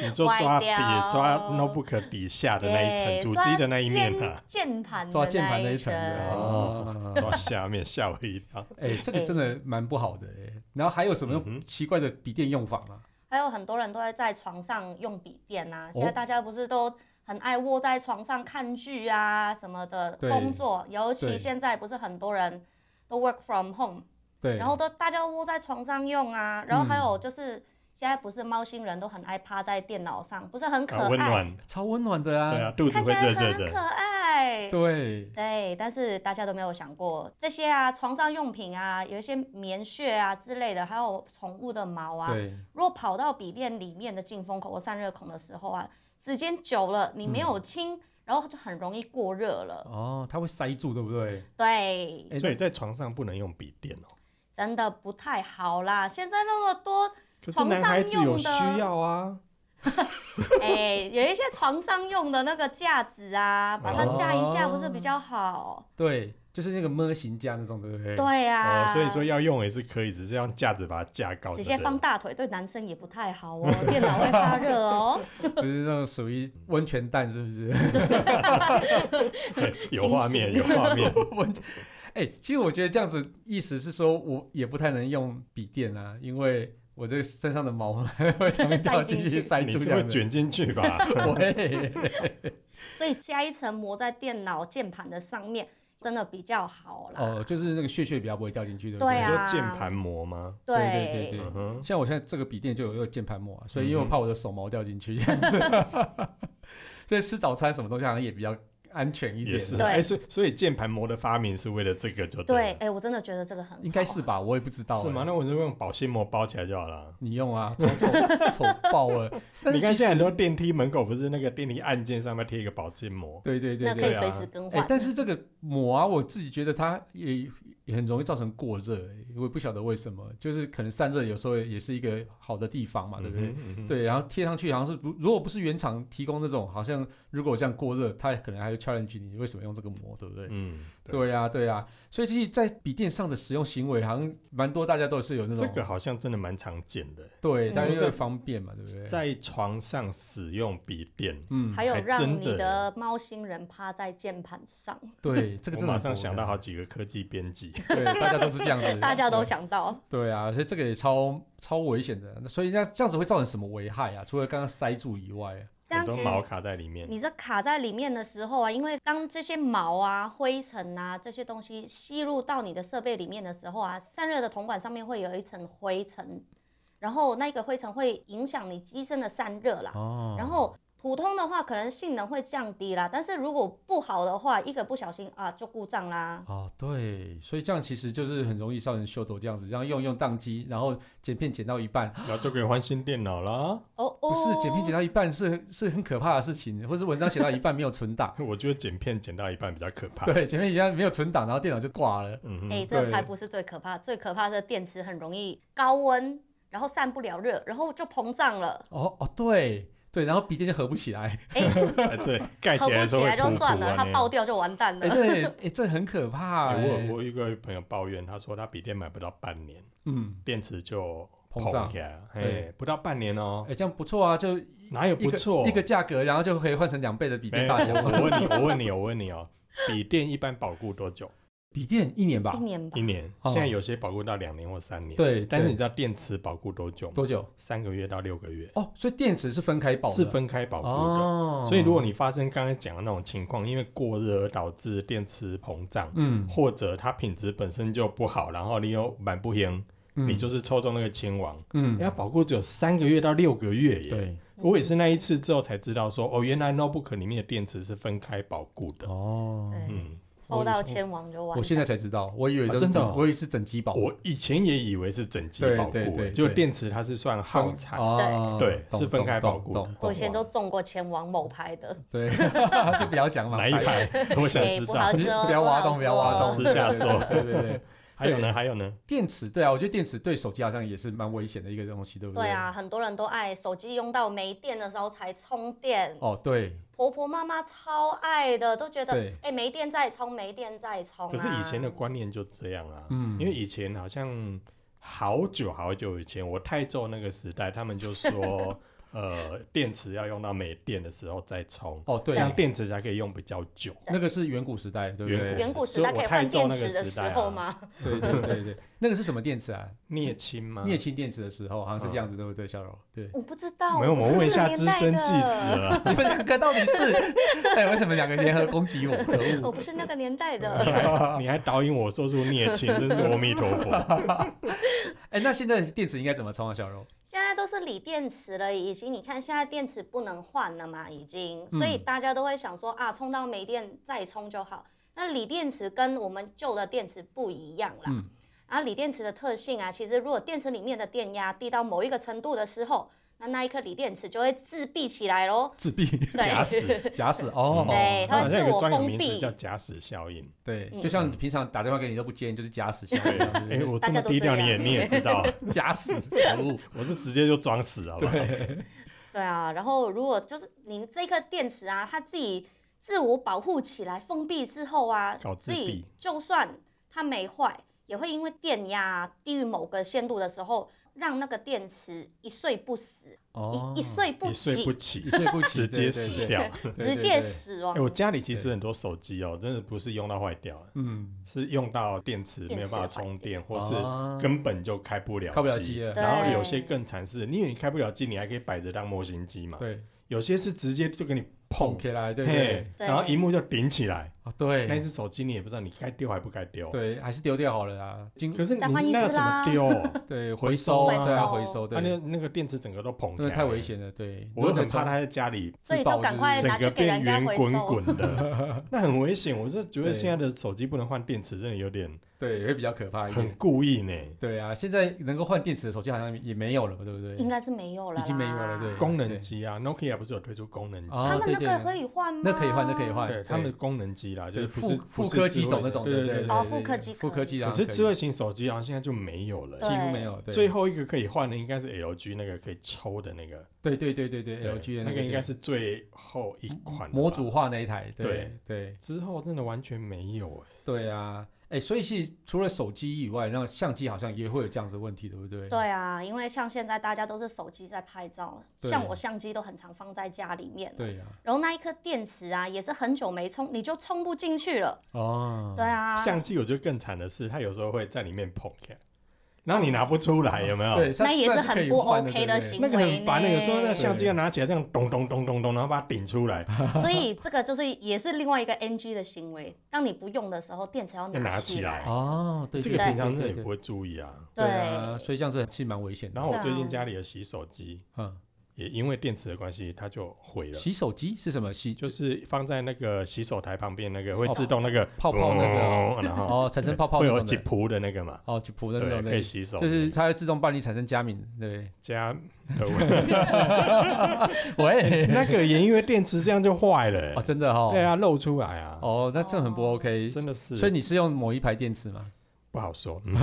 [SPEAKER 2] 你就抓
[SPEAKER 3] 歪
[SPEAKER 2] 底
[SPEAKER 3] 掉
[SPEAKER 2] 抓 notebook 底下的那一层，
[SPEAKER 3] 哎
[SPEAKER 2] 主机的那一面啊，
[SPEAKER 3] 抓键键盘的
[SPEAKER 1] 抓键盘那
[SPEAKER 3] 那
[SPEAKER 1] 一层的
[SPEAKER 3] 层
[SPEAKER 2] 哦
[SPEAKER 1] 哦，
[SPEAKER 2] 抓下面，吓我一跳。
[SPEAKER 1] 哎、这个真的蛮不好的哎、然后还有什么
[SPEAKER 2] 嗯哼
[SPEAKER 1] 奇怪的笔电用法吗？
[SPEAKER 3] 还有很多人都会在床上用笔电啊，现
[SPEAKER 1] 哦
[SPEAKER 3] 在大家不是都很爱窝在床上看剧啊什么的
[SPEAKER 1] 对
[SPEAKER 3] 工作，尤
[SPEAKER 1] 对
[SPEAKER 3] 其现在不是很多人都 work from home，
[SPEAKER 1] 对，
[SPEAKER 3] 然后都大家窝在床上用啊，然后还
[SPEAKER 2] 嗯
[SPEAKER 3] 有就是。现在不是猫星人都很爱趴在电脑上，不是很可
[SPEAKER 2] 啊，温
[SPEAKER 3] 爱？
[SPEAKER 2] 暖，
[SPEAKER 1] 超温暖的
[SPEAKER 2] 对啊，
[SPEAKER 1] 啊，
[SPEAKER 2] 肚子
[SPEAKER 3] 看起
[SPEAKER 2] 会
[SPEAKER 3] 来
[SPEAKER 2] 热热
[SPEAKER 3] 很可
[SPEAKER 2] 的，
[SPEAKER 3] 爱。
[SPEAKER 1] 对
[SPEAKER 3] 对，但是大家都没有想过这些啊，床上用品啊，有一些棉絮啊之类的，还有宠物的毛啊，
[SPEAKER 1] 对
[SPEAKER 3] 如果跑到笔电里面的进风口或散热孔的时候啊，时间久了你没有清，然后就很容易过热了。
[SPEAKER 1] 哦，它会塞住，对不对？
[SPEAKER 3] 对，
[SPEAKER 1] 哎
[SPEAKER 2] 所以在床上不能用笔电哦。
[SPEAKER 3] 真的不太好啦。现在那么多，
[SPEAKER 2] 可是
[SPEAKER 3] 床
[SPEAKER 2] 男
[SPEAKER 3] 上
[SPEAKER 2] 孩子有
[SPEAKER 3] 用
[SPEAKER 2] 需
[SPEAKER 3] 的
[SPEAKER 2] 要啊，
[SPEAKER 3] 哎、有一些床上用的那个架子啊，把它架一架
[SPEAKER 1] 哦
[SPEAKER 3] 不是比较好？
[SPEAKER 1] 对，就是那个模型架那种，对不对？
[SPEAKER 3] 对啊、
[SPEAKER 2] 哦，所以说要用也是可以，只是用架子把它架高就
[SPEAKER 3] 直
[SPEAKER 2] 对了。
[SPEAKER 3] 接放大腿对男生也不太好哦，电脑会发热哦。
[SPEAKER 1] 就是那种属于温泉蛋，是不是？
[SPEAKER 2] 嘿 有画面，
[SPEAKER 3] 清
[SPEAKER 2] 有画 面。
[SPEAKER 1] 温泉。哎、其实我觉得这样子意思是说，我也不太能用笔电啊，因为我这个身上的毛会 从一条进去塞
[SPEAKER 2] 你
[SPEAKER 1] 住
[SPEAKER 2] 是
[SPEAKER 1] 这
[SPEAKER 2] 会
[SPEAKER 1] 样子。
[SPEAKER 2] 卷进去吧？
[SPEAKER 1] 我会
[SPEAKER 3] 所以加一层膜在电脑键盘的上面，真的比较好 啦。
[SPEAKER 1] 哦，就是那个屑屑比较不会掉进去，对不
[SPEAKER 3] 对
[SPEAKER 2] 你
[SPEAKER 3] 啊
[SPEAKER 2] 说键盘膜吗？
[SPEAKER 1] 对对对
[SPEAKER 2] 嗯哼，
[SPEAKER 1] 像我现在这个笔电就有一个键盘膜、啊，所以因为
[SPEAKER 2] 嗯
[SPEAKER 1] 我
[SPEAKER 2] 哼
[SPEAKER 1] 怕我的手毛掉进去，这样子， 所以吃早餐什么东西好像也比较安全一点
[SPEAKER 2] 也是。
[SPEAKER 1] 了，
[SPEAKER 3] 对
[SPEAKER 2] 哎，所以所以键盘膜的发明是为了这个就
[SPEAKER 3] 对，哎
[SPEAKER 2] 了、
[SPEAKER 3] 我真的觉得这个很好
[SPEAKER 1] 应该是？吧？我也不知道、哎
[SPEAKER 2] 是吗？？那我就用保鲜膜包起来就好了。
[SPEAKER 1] 你用啊，丑丑丑爆 了。但
[SPEAKER 2] 你
[SPEAKER 1] 是
[SPEAKER 2] 看
[SPEAKER 1] 其
[SPEAKER 2] 现在很
[SPEAKER 1] 实，
[SPEAKER 2] 多电梯门口不是那个电梯按键上面贴一个保鲜膜？
[SPEAKER 1] 对对对
[SPEAKER 3] 那可以
[SPEAKER 1] 对。
[SPEAKER 2] 啊
[SPEAKER 3] 随时更
[SPEAKER 1] 哎、
[SPEAKER 3] 换。
[SPEAKER 1] 但是这个膜啊，我自己觉得它也也很容易造成过热、哎我也不晓得为什么，就是可能散热有时候也是一个好的地方嘛，对不对？
[SPEAKER 2] 嗯哼？嗯哼，
[SPEAKER 1] 对，然后贴上去好像是不，如果不是原厂提供那种，好像如果这样过热，它可能还会 challenge 你为什么用这个膜，对不对？
[SPEAKER 2] 嗯，对，
[SPEAKER 1] 对呀、啊对呀、所以其实，在笔电上的使用行为，好像蛮多大家都是有那种
[SPEAKER 2] 这个好像真的蛮常见的，
[SPEAKER 1] 对，大家
[SPEAKER 3] 嗯
[SPEAKER 1] 因为方便嘛，对不对？
[SPEAKER 2] 在床上使用笔电。
[SPEAKER 1] 嗯，
[SPEAKER 3] 还有
[SPEAKER 2] 还
[SPEAKER 3] 让
[SPEAKER 2] 真的
[SPEAKER 3] 你的猫星人趴在键盘上，
[SPEAKER 1] 对，这个
[SPEAKER 2] 我
[SPEAKER 1] 真的
[SPEAKER 2] 马
[SPEAKER 1] 很
[SPEAKER 2] 上
[SPEAKER 1] 多
[SPEAKER 2] 想到
[SPEAKER 1] 人
[SPEAKER 2] 好几个科技编辑，
[SPEAKER 1] 对，大家都是这样子，
[SPEAKER 3] 大家都
[SPEAKER 1] 对
[SPEAKER 3] 想到。
[SPEAKER 1] 对啊，所以这个也超超危险的。那所以这样这样子会造成什么危害啊？除了刚刚塞住以外，
[SPEAKER 3] 这
[SPEAKER 2] 很
[SPEAKER 3] 样
[SPEAKER 2] 多
[SPEAKER 3] 其实
[SPEAKER 2] 毛卡在里面。
[SPEAKER 3] 你这卡在里面的时候啊，因为当这些毛啊、灰尘啊这些东西吸入到你的设备里面的时候啊，散热的铜管上面会有一层灰尘，然后那个灰尘会影响你机身的散热啦。
[SPEAKER 1] 哦
[SPEAKER 3] 啊然后普通的话，可能性能会降低啦，但是如果不好的话，一个不小心啊就故障啦。
[SPEAKER 1] 哦，对，所以这样其实就是很容易造成修图这样子，这样用用宕机，然后剪片剪到一半，
[SPEAKER 2] 然后就可以换新电脑啦。，
[SPEAKER 3] 哦哦，
[SPEAKER 1] 不是剪片剪到一半是是很可怕的事情，或是文章写到一半没有存 档
[SPEAKER 2] 我觉得剪片剪到一半比较可
[SPEAKER 3] 啊
[SPEAKER 2] 怕。
[SPEAKER 1] 对，剪片剪到没有存档，然后电脑就挂了。
[SPEAKER 2] 嗯哼，
[SPEAKER 3] 哎、这
[SPEAKER 1] 对
[SPEAKER 3] 才不是最可怕，最可怕的电池很容易高温，然后散不了热，然后就膨胀了。
[SPEAKER 1] 哦哦，对对，然后笔电就合不起来，
[SPEAKER 3] 哎、
[SPEAKER 2] 哎对，盖
[SPEAKER 3] 合
[SPEAKER 2] 起来
[SPEAKER 3] 不
[SPEAKER 2] 的时
[SPEAKER 3] 起
[SPEAKER 2] 候会
[SPEAKER 3] 来就
[SPEAKER 2] 鼓鼓
[SPEAKER 3] 算
[SPEAKER 2] 啊
[SPEAKER 3] 了，它
[SPEAKER 2] 那样
[SPEAKER 3] 爆掉就完蛋
[SPEAKER 1] 哎，
[SPEAKER 3] 了。
[SPEAKER 1] 对，哎，这很可怕、
[SPEAKER 2] 哎
[SPEAKER 1] 哎
[SPEAKER 2] 我有我有一个朋友抱怨，他说他笔电买不到半年，
[SPEAKER 1] 嗯，
[SPEAKER 2] 电池就
[SPEAKER 1] 膨胀
[SPEAKER 2] 起来了，
[SPEAKER 1] 对
[SPEAKER 2] 哎，不到半年哦，
[SPEAKER 1] 哎，这样不错啊，就一
[SPEAKER 2] 哪有不
[SPEAKER 1] 个
[SPEAKER 2] 错？
[SPEAKER 1] 一个价格，然后就可以换成两倍的笔
[SPEAKER 2] 没
[SPEAKER 1] 电
[SPEAKER 2] 有，
[SPEAKER 1] 大小。
[SPEAKER 2] 我我问你，我问你，我问你哦，笔电一般保固多久？
[SPEAKER 1] 笔电一年吧
[SPEAKER 3] 一，年吧
[SPEAKER 2] 一，年。
[SPEAKER 1] 哦
[SPEAKER 2] 现在有些保固到两年或三年。。
[SPEAKER 1] 对，
[SPEAKER 2] 但是
[SPEAKER 1] 对
[SPEAKER 2] 你知道电池保固多久吗？
[SPEAKER 1] 多久？
[SPEAKER 2] 三个月到六个月，
[SPEAKER 1] 哦，所以电池是分开保的，
[SPEAKER 2] 是分开保固的。
[SPEAKER 1] 哦，
[SPEAKER 2] 所以如果你发生刚才讲的那种情况，因为过热而导致电池膨胀，
[SPEAKER 1] 嗯，
[SPEAKER 2] 或者它品质本身就不好，然后你又满不行，
[SPEAKER 1] 嗯
[SPEAKER 2] 你就是抽中那个亲王，
[SPEAKER 1] 嗯，
[SPEAKER 2] 要保固只有三个月到六个月耶。
[SPEAKER 1] 对，
[SPEAKER 2] 我也是那一次之后才知道说，哦，原来 notebook 里面的电池是分开保固的。
[SPEAKER 1] 哦
[SPEAKER 3] 对
[SPEAKER 2] 嗯，
[SPEAKER 3] 抽到千王就完
[SPEAKER 1] 我
[SPEAKER 3] 蛋。
[SPEAKER 1] 现在才知道，我以为
[SPEAKER 2] 啊
[SPEAKER 1] 都是
[SPEAKER 2] 真的
[SPEAKER 1] 整
[SPEAKER 2] 哦
[SPEAKER 1] 我以为是整机保，
[SPEAKER 2] 我以前也以为是整机
[SPEAKER 1] 对
[SPEAKER 2] 保固
[SPEAKER 1] 对对
[SPEAKER 2] 耶，就
[SPEAKER 1] 对
[SPEAKER 2] 电池它是算耗材。
[SPEAKER 1] 哦
[SPEAKER 2] 对
[SPEAKER 1] 懂
[SPEAKER 2] 是分开
[SPEAKER 1] 懂
[SPEAKER 2] 保固
[SPEAKER 1] 懂懂
[SPEAKER 3] 我以前都中过千王某牌的，
[SPEAKER 1] 对，就不要讲嘛，
[SPEAKER 2] 哪一排？ 我想
[SPEAKER 3] 哎、
[SPEAKER 2] 知
[SPEAKER 3] 不
[SPEAKER 2] 道
[SPEAKER 3] 好。
[SPEAKER 1] 你
[SPEAKER 3] 说，
[SPEAKER 1] 不要挖洞，不要挖洞，
[SPEAKER 2] 私下说
[SPEAKER 1] 对对对对，
[SPEAKER 2] 还有呢？还有呢？
[SPEAKER 1] 电池，对啊，我觉得电池对手机好像也是蛮危险的一个东西，对不
[SPEAKER 3] 对？啊，很多人都爱手机用到没电的时候才充电，
[SPEAKER 1] 哦，对
[SPEAKER 3] 婆婆妈妈超爱的，都觉得
[SPEAKER 1] 对
[SPEAKER 3] 哎、没电再充，没电再充、啊。
[SPEAKER 2] 可是以前的观念就这样啊，
[SPEAKER 1] 嗯
[SPEAKER 2] 因为以前好像好久好久以前，我泰州那个时代，他们 就说，呃，电池要用到没电的时候再充，
[SPEAKER 1] 哦
[SPEAKER 2] 这
[SPEAKER 1] 对，
[SPEAKER 2] 样电池才可以用比较久。
[SPEAKER 1] 那个是远古时代，对不对？
[SPEAKER 3] 远古时代
[SPEAKER 2] 就
[SPEAKER 3] 可
[SPEAKER 2] 我
[SPEAKER 3] 以
[SPEAKER 2] 太
[SPEAKER 3] 换
[SPEAKER 2] 重
[SPEAKER 3] 电
[SPEAKER 2] 那个
[SPEAKER 3] 池的
[SPEAKER 2] 时
[SPEAKER 3] 时
[SPEAKER 2] 代啊
[SPEAKER 3] 候吗？
[SPEAKER 1] 对对对对，那个是什么电池啊？
[SPEAKER 2] 镍氢吗？
[SPEAKER 1] 镍氢电池的时候，好像是这样子，对不对，小柔？ 对。
[SPEAKER 3] 我不知道，
[SPEAKER 2] 没有，我
[SPEAKER 3] 不是
[SPEAKER 2] 们问一下
[SPEAKER 3] 那个年
[SPEAKER 2] 资
[SPEAKER 3] 代
[SPEAKER 2] 深
[SPEAKER 3] 的
[SPEAKER 2] 记者啊。
[SPEAKER 1] 你们两个到底是？ 哎，为什么两个联合攻击 我？可恶！
[SPEAKER 3] 我不是那个年代
[SPEAKER 2] 你
[SPEAKER 3] 的。
[SPEAKER 2] 还你还导引我说出孽亲，真是阿弥陀佛。
[SPEAKER 1] 哎，那现在电池应该怎么充啊，小柔？
[SPEAKER 3] 现在都是锂电池了，已经你看现在电池不能换了嘛，已经，
[SPEAKER 1] 嗯
[SPEAKER 3] 所以大家都会想说啊，充到没电再充就好。那锂电池跟我们旧的电池不一样啦。
[SPEAKER 1] 嗯
[SPEAKER 3] 然后锂电池的特性啊，其实如果电池里面的电压低到某一个程度的时候，那那一颗锂电池就会自闭起来喽。
[SPEAKER 1] 自 闭、
[SPEAKER 3] 对
[SPEAKER 2] 假死
[SPEAKER 1] 假死哦。
[SPEAKER 3] 对它
[SPEAKER 2] 好
[SPEAKER 3] 会
[SPEAKER 2] 像有
[SPEAKER 3] 自
[SPEAKER 2] 个
[SPEAKER 3] 我
[SPEAKER 2] 专有
[SPEAKER 3] 封
[SPEAKER 2] 名词
[SPEAKER 3] 闭
[SPEAKER 2] 叫假死效应。
[SPEAKER 1] 对，
[SPEAKER 3] 嗯
[SPEAKER 1] 就像你平常打电话给你都不接，你就是假死效
[SPEAKER 2] 对，
[SPEAKER 1] 应，对啊
[SPEAKER 2] 哎，
[SPEAKER 1] 不
[SPEAKER 2] 我
[SPEAKER 3] 大
[SPEAKER 2] 这
[SPEAKER 3] 家
[SPEAKER 2] 么
[SPEAKER 3] 都
[SPEAKER 2] 低
[SPEAKER 3] 这
[SPEAKER 2] 调，你
[SPEAKER 3] 样
[SPEAKER 2] 也你也知道，
[SPEAKER 1] 对 假死，可恶！
[SPEAKER 2] 我是直接就装死，好不好？
[SPEAKER 1] 对，
[SPEAKER 3] 对啊，然后如果就是你这颗电池啊，它自己自我保护起来，封闭之后啊，
[SPEAKER 2] 搞自
[SPEAKER 3] 自
[SPEAKER 2] 闭
[SPEAKER 3] 己啊就算它没坏，也会因为电压低于某个限度的时候，让那个电池一睡不死，
[SPEAKER 1] 哦，
[SPEAKER 3] 一一睡
[SPEAKER 2] 一
[SPEAKER 3] 不
[SPEAKER 2] 睡不
[SPEAKER 3] 起，
[SPEAKER 1] 一
[SPEAKER 2] 起，
[SPEAKER 1] 睡不起，
[SPEAKER 2] 直接
[SPEAKER 1] 对
[SPEAKER 2] 死掉。。
[SPEAKER 1] 对对对
[SPEAKER 3] 直
[SPEAKER 1] 对
[SPEAKER 3] 接
[SPEAKER 1] 对
[SPEAKER 3] 死亡
[SPEAKER 2] 哎，。我家里其实很多手机哦，真的不是用到坏掉了，
[SPEAKER 1] 嗯，
[SPEAKER 2] 是用到电池
[SPEAKER 3] 电池
[SPEAKER 2] 没有办法
[SPEAKER 3] 坏掉
[SPEAKER 2] 充电，或是
[SPEAKER 1] 啊
[SPEAKER 2] 根本就开不了
[SPEAKER 1] 开不了机了
[SPEAKER 2] 然后
[SPEAKER 3] 对
[SPEAKER 2] 有些更惨是，因为你开不了机，你还可以摆着当模型机嘛。
[SPEAKER 1] 对，
[SPEAKER 2] 有些是直接就给你碰
[SPEAKER 1] 捧，起来，对不
[SPEAKER 2] 嘿
[SPEAKER 1] 对？，
[SPEAKER 3] 对
[SPEAKER 2] 然后荧幕就顶起来。
[SPEAKER 1] 啊，
[SPEAKER 2] 那
[SPEAKER 1] 对，
[SPEAKER 2] 只手机你也不知道你该丢还不该丢。
[SPEAKER 1] 对，还是丢掉好了啦。经
[SPEAKER 2] 可是你
[SPEAKER 3] 再换一
[SPEAKER 2] 那
[SPEAKER 3] 只
[SPEAKER 2] 怎么
[SPEAKER 3] 啦
[SPEAKER 2] 丢？
[SPEAKER 1] 对
[SPEAKER 2] 回收
[SPEAKER 1] 收，
[SPEAKER 2] 啊
[SPEAKER 1] 对啊，
[SPEAKER 3] 回
[SPEAKER 1] 回
[SPEAKER 3] 收
[SPEAKER 1] 收，
[SPEAKER 2] 它那
[SPEAKER 1] 对，
[SPEAKER 2] 那个电池整个都捧起
[SPEAKER 1] 那
[SPEAKER 2] 来，
[SPEAKER 1] 太危。险了，对。
[SPEAKER 2] 我
[SPEAKER 1] 如
[SPEAKER 2] 又
[SPEAKER 1] 果
[SPEAKER 2] 很怕
[SPEAKER 1] 再
[SPEAKER 2] 它在家里
[SPEAKER 3] 所以
[SPEAKER 1] 自爆
[SPEAKER 3] 就是赶
[SPEAKER 1] 不
[SPEAKER 3] 快
[SPEAKER 2] 整
[SPEAKER 3] 哎拿
[SPEAKER 2] 个
[SPEAKER 3] 去给
[SPEAKER 2] 变
[SPEAKER 3] 人家
[SPEAKER 2] 圆
[SPEAKER 3] 回
[SPEAKER 2] 滚
[SPEAKER 3] 收。
[SPEAKER 2] 滚的，那很危险。我是觉得
[SPEAKER 1] 对
[SPEAKER 2] 现在的手机不能换电池，真的有点
[SPEAKER 1] 对，会比较可怕一
[SPEAKER 2] 很
[SPEAKER 1] 点。
[SPEAKER 2] 故意呢。
[SPEAKER 1] 对啊，现在能够换电池的手机好像也没有了，对不对？
[SPEAKER 3] 应该是没有了啦，
[SPEAKER 1] 已经没有了对
[SPEAKER 2] 功能机啊，Nokia 不是有推出功能机？啊
[SPEAKER 1] 啊
[SPEAKER 3] 他们那
[SPEAKER 1] 对
[SPEAKER 3] 个
[SPEAKER 1] 对
[SPEAKER 3] 可以换吗？
[SPEAKER 1] 那可以换，那可以换。
[SPEAKER 2] 对，他们的功能机啦，就
[SPEAKER 1] 对
[SPEAKER 2] 是不
[SPEAKER 1] 副
[SPEAKER 2] 是
[SPEAKER 1] 副科技种那
[SPEAKER 2] 那
[SPEAKER 1] 种的，
[SPEAKER 2] 对
[SPEAKER 1] 对
[SPEAKER 2] 对
[SPEAKER 1] 对
[SPEAKER 3] 哦
[SPEAKER 1] 对
[SPEAKER 3] 副
[SPEAKER 1] 对
[SPEAKER 3] 科技
[SPEAKER 1] 副
[SPEAKER 3] 可
[SPEAKER 1] 科
[SPEAKER 3] 以
[SPEAKER 1] 技啊，
[SPEAKER 2] 可是
[SPEAKER 1] 以
[SPEAKER 2] 智慧型手机好像现在就没有了
[SPEAKER 3] 对。
[SPEAKER 1] 几乎没有。对
[SPEAKER 2] 最后一个可以换的应该是 LG 那个可以抽的那个
[SPEAKER 1] 对对对对对
[SPEAKER 2] 对
[SPEAKER 1] ，LG 的
[SPEAKER 2] 那个应该
[SPEAKER 1] 对
[SPEAKER 2] 是最后一款了吧
[SPEAKER 1] 模组化那一台，
[SPEAKER 2] 对
[SPEAKER 1] 对对
[SPEAKER 2] 之后真的完全没有哎。
[SPEAKER 1] 对啊。哎，所以是除了手机以外，那相机好像也会有这样子的问题，对不对？
[SPEAKER 3] 对啊，因为像现在大家都是手机在拍照，
[SPEAKER 1] 对
[SPEAKER 3] 像我相机都很常放在家里面。
[SPEAKER 1] 对啊呀，
[SPEAKER 3] 然后那一颗电池啊，也是很久没充，你就充不进去了。
[SPEAKER 1] 哦，
[SPEAKER 3] 对啊，
[SPEAKER 2] 相机我觉得更惨的是，它有时候会在里面捧开，然后你拿不出来，有没有？
[SPEAKER 1] 哦对，虽
[SPEAKER 3] 那也
[SPEAKER 1] 虽
[SPEAKER 3] 是
[SPEAKER 1] 然是可
[SPEAKER 3] 很
[SPEAKER 1] 以
[SPEAKER 3] 不
[SPEAKER 1] 换的
[SPEAKER 3] OK
[SPEAKER 1] 对
[SPEAKER 3] 的
[SPEAKER 1] 对
[SPEAKER 3] 行
[SPEAKER 2] 那个
[SPEAKER 3] 为
[SPEAKER 2] 很烦的，
[SPEAKER 3] 呢
[SPEAKER 2] 有时候那相机要拿起来这样咚咚咚咚咚，然后把它顶出来，
[SPEAKER 3] 所以这个就是也是另外一个 NG 的行为。当你不用的时候，电池要
[SPEAKER 2] 要拿
[SPEAKER 3] 起
[SPEAKER 2] 起来
[SPEAKER 1] 哦，对，
[SPEAKER 2] 这个
[SPEAKER 1] 对
[SPEAKER 2] 平常
[SPEAKER 1] 对
[SPEAKER 2] 真的也
[SPEAKER 1] 对
[SPEAKER 2] 不会注意啊。
[SPEAKER 1] 对
[SPEAKER 3] 对
[SPEAKER 1] 啊，所以这样子其实蛮危险的。
[SPEAKER 2] 然后我
[SPEAKER 3] 对啊
[SPEAKER 2] 最近家里的洗手机
[SPEAKER 1] 嗯，
[SPEAKER 2] 也因为电池的关系，它就毁了。
[SPEAKER 1] 洗手机是什么洗？
[SPEAKER 2] 就是放在那个洗手台旁边那个会
[SPEAKER 1] 哦
[SPEAKER 2] 自动那个
[SPEAKER 1] 泡泡那个
[SPEAKER 2] 嗡，然后
[SPEAKER 1] 哦，产生泡泡
[SPEAKER 2] 会
[SPEAKER 1] 那
[SPEAKER 2] 有
[SPEAKER 1] 种
[SPEAKER 2] 几
[SPEAKER 1] 的，
[SPEAKER 2] 扑的那个嘛，
[SPEAKER 1] 哦，就普的那
[SPEAKER 2] 对，
[SPEAKER 1] 种
[SPEAKER 2] 可以
[SPEAKER 1] 的，
[SPEAKER 2] 洗手，
[SPEAKER 1] 就是它会自动帮你产生加敏，对。
[SPEAKER 2] 加呃
[SPEAKER 1] 喂，
[SPEAKER 2] 那个也因为电池这样就坏 了
[SPEAKER 1] 哦，
[SPEAKER 2] 欸，
[SPEAKER 1] 真的哦，
[SPEAKER 2] 对，啊，露出来啊，
[SPEAKER 1] 哦，那这很不
[SPEAKER 3] 哦
[SPEAKER 1] OK，
[SPEAKER 2] 真的是，
[SPEAKER 1] 所以你是用某一排电池吗？
[SPEAKER 2] 不好说。嗯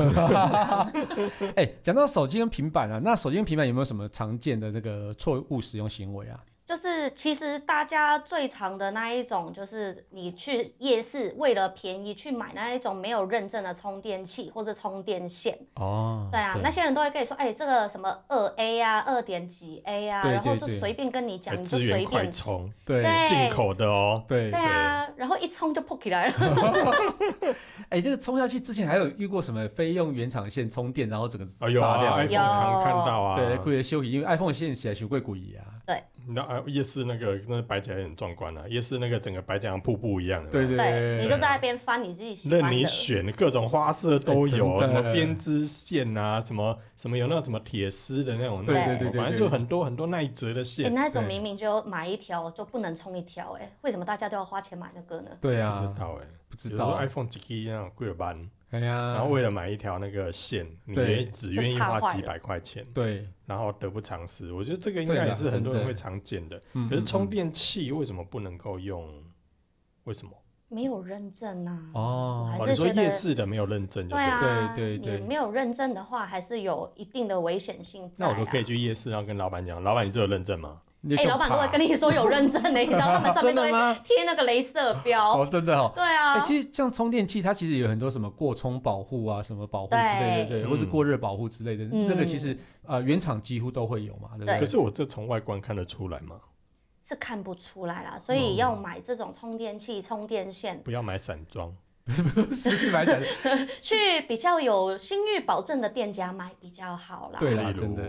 [SPEAKER 1] 哎，讲到手机跟平板啊，那手机跟平板有没有什么常见的这个错误使用行为啊？
[SPEAKER 3] 就是其实大家最常的那一种，就是你去夜市为了便宜去买那一种没有认证的充电器或者充电线。
[SPEAKER 1] 哦，
[SPEAKER 3] 对啊，那些人都会跟你说，哎、这个什么二 A 啊，二点几 A 啊，
[SPEAKER 1] 对
[SPEAKER 3] 然后
[SPEAKER 1] 对
[SPEAKER 3] 就
[SPEAKER 1] 对
[SPEAKER 3] 随便跟你
[SPEAKER 2] 还
[SPEAKER 3] 讲，你就
[SPEAKER 2] 资
[SPEAKER 3] 随
[SPEAKER 2] 源快
[SPEAKER 3] 便。
[SPEAKER 2] 充，
[SPEAKER 1] 对
[SPEAKER 3] 对
[SPEAKER 2] 进口的哦，
[SPEAKER 1] 对
[SPEAKER 3] 对啊，然后一冲就破起来了。
[SPEAKER 1] 哎，这个冲下去之前还有遇过什么非用原厂线充电，然后整个
[SPEAKER 2] 哦有
[SPEAKER 1] 炸
[SPEAKER 2] 啊
[SPEAKER 1] 掉
[SPEAKER 2] ，iPhone
[SPEAKER 1] 的，
[SPEAKER 2] 常看到啊，
[SPEAKER 1] 对，贵的修理，因为 iPhone 线起来修贵贵啊。
[SPEAKER 2] 那啊夜市那个那摆起来很壮观啊，夜市那个整个摆起来像瀑布一样，有没有
[SPEAKER 1] 对对
[SPEAKER 3] 对，你就
[SPEAKER 1] 对
[SPEAKER 3] 在那边翻你自己喜
[SPEAKER 2] 任
[SPEAKER 3] 欢
[SPEAKER 2] 你
[SPEAKER 3] 的。
[SPEAKER 2] 选，各种花色都有，
[SPEAKER 1] 哎
[SPEAKER 2] 什
[SPEAKER 1] 真的
[SPEAKER 2] 么编织线啊，什么什么有那种什么铁丝的那种，
[SPEAKER 1] 对
[SPEAKER 2] 那种
[SPEAKER 3] 对
[SPEAKER 2] 什
[SPEAKER 1] 对
[SPEAKER 2] 么
[SPEAKER 1] 对
[SPEAKER 2] 反
[SPEAKER 1] 对
[SPEAKER 2] 正就很多很多耐折的
[SPEAKER 3] 哎、
[SPEAKER 2] 线，
[SPEAKER 3] 那种
[SPEAKER 1] 对
[SPEAKER 3] 明明就买一条就不能充一条，哎，为什么大家都要花钱买那个呢？
[SPEAKER 1] 对
[SPEAKER 2] 不
[SPEAKER 1] 啊
[SPEAKER 2] 知，道哎，
[SPEAKER 1] 不
[SPEAKER 2] 比
[SPEAKER 1] 知
[SPEAKER 2] 如说
[SPEAKER 1] 道，
[SPEAKER 2] iPhone 几 G 那种贵了班，
[SPEAKER 1] 哎呀，
[SPEAKER 2] 然后为了买一条那个线，你
[SPEAKER 1] 对
[SPEAKER 2] 也只愿意花几百块钱，
[SPEAKER 1] 对，
[SPEAKER 2] 然后得不偿失。我觉得这个应该
[SPEAKER 1] 对
[SPEAKER 2] 也
[SPEAKER 1] 啦
[SPEAKER 2] 是很多
[SPEAKER 1] 真
[SPEAKER 2] 人
[SPEAKER 1] 的
[SPEAKER 2] 会常见的。
[SPEAKER 1] 嗯
[SPEAKER 2] 可是充
[SPEAKER 1] 嗯
[SPEAKER 2] 电器为什么不能够用？为什么？
[SPEAKER 3] 没有认证啊。
[SPEAKER 1] 哦
[SPEAKER 3] 我还
[SPEAKER 2] 哦，你
[SPEAKER 3] 是
[SPEAKER 2] 说
[SPEAKER 3] 觉得
[SPEAKER 2] 夜市的没有认证就
[SPEAKER 3] 对
[SPEAKER 2] 了
[SPEAKER 3] 啊，
[SPEAKER 1] 对对对
[SPEAKER 3] 你没有认证的话，还是有一定的危险性在、
[SPEAKER 2] 那
[SPEAKER 3] 啊。
[SPEAKER 2] 我都可以去夜市，然后跟老板讲，老板，你这有认证吗？啊
[SPEAKER 1] 你
[SPEAKER 3] 哎、
[SPEAKER 1] 就
[SPEAKER 3] 老板都会
[SPEAKER 1] 怕
[SPEAKER 3] 跟你说有认证 啊的，你知道他们上面
[SPEAKER 2] 真
[SPEAKER 3] 都
[SPEAKER 2] 的
[SPEAKER 3] 会
[SPEAKER 2] 吗？
[SPEAKER 3] 贴那个镭射标。
[SPEAKER 1] 哦，真的哦。
[SPEAKER 3] 对
[SPEAKER 1] 哎、
[SPEAKER 3] 啊，
[SPEAKER 1] 其实像充电器，它其实有很多什么过充保护啊，什么保护之类的，
[SPEAKER 3] 对
[SPEAKER 1] 对，或是
[SPEAKER 2] 嗯
[SPEAKER 1] 过热保护之类的，
[SPEAKER 3] 嗯
[SPEAKER 1] 那个其实呃原厂几乎都会有嘛，对不
[SPEAKER 3] 对
[SPEAKER 1] 对？
[SPEAKER 2] 可是我这从外观看得出来吗？
[SPEAKER 3] 是看不出来啦，所以要买这种充电器、充电线，
[SPEAKER 2] 不要买散装，
[SPEAKER 1] 是不是买起 来的？
[SPEAKER 3] 去比较有信誉保证的店家买比较好啦。
[SPEAKER 1] 对啦，
[SPEAKER 2] 例如
[SPEAKER 1] 真的。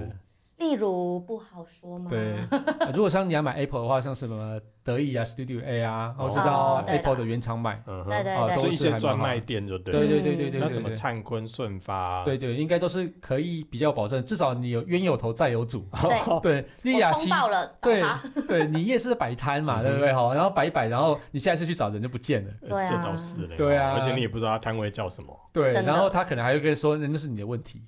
[SPEAKER 3] 例如不好说吗？
[SPEAKER 1] 对，呃如果像你要买 Apple 的话，像什么德意啊、Studio A 啊，或是到
[SPEAKER 3] 哦对啦
[SPEAKER 1] Apple 的原厂买，
[SPEAKER 2] 嗯
[SPEAKER 3] 对
[SPEAKER 2] 哼，
[SPEAKER 3] 对
[SPEAKER 1] 哦
[SPEAKER 3] 对
[SPEAKER 2] 所
[SPEAKER 1] 都
[SPEAKER 2] 以一
[SPEAKER 1] 是
[SPEAKER 2] 些
[SPEAKER 1] 还蛮
[SPEAKER 2] 专
[SPEAKER 1] 好
[SPEAKER 2] 卖店就
[SPEAKER 1] 对
[SPEAKER 2] 对。
[SPEAKER 1] 对对对对，
[SPEAKER 2] 那
[SPEAKER 1] 对
[SPEAKER 2] 什么啊
[SPEAKER 1] 对
[SPEAKER 2] 灿坤、顺发，
[SPEAKER 1] 对对，应该都是可以比较保证，至少你有冤有头债有主。
[SPEAKER 3] 对，
[SPEAKER 2] 哦
[SPEAKER 1] 对，利
[SPEAKER 3] 我
[SPEAKER 1] 亚
[SPEAKER 3] 冲
[SPEAKER 1] 七，
[SPEAKER 3] 爆了，找
[SPEAKER 1] 对
[SPEAKER 3] 他。
[SPEAKER 1] 对你夜市摆摊嘛，
[SPEAKER 2] 嗯
[SPEAKER 1] 对不对？好，然后摆一摆，然后你下一次去找人就不见了。
[SPEAKER 2] 呃
[SPEAKER 3] 对啊
[SPEAKER 2] 这倒是嘞。
[SPEAKER 1] 对啊
[SPEAKER 2] 而且你也不知道它摊位叫什么。
[SPEAKER 1] 对，
[SPEAKER 3] 真的
[SPEAKER 1] 然后他可能还会跟你说，那是你的问题。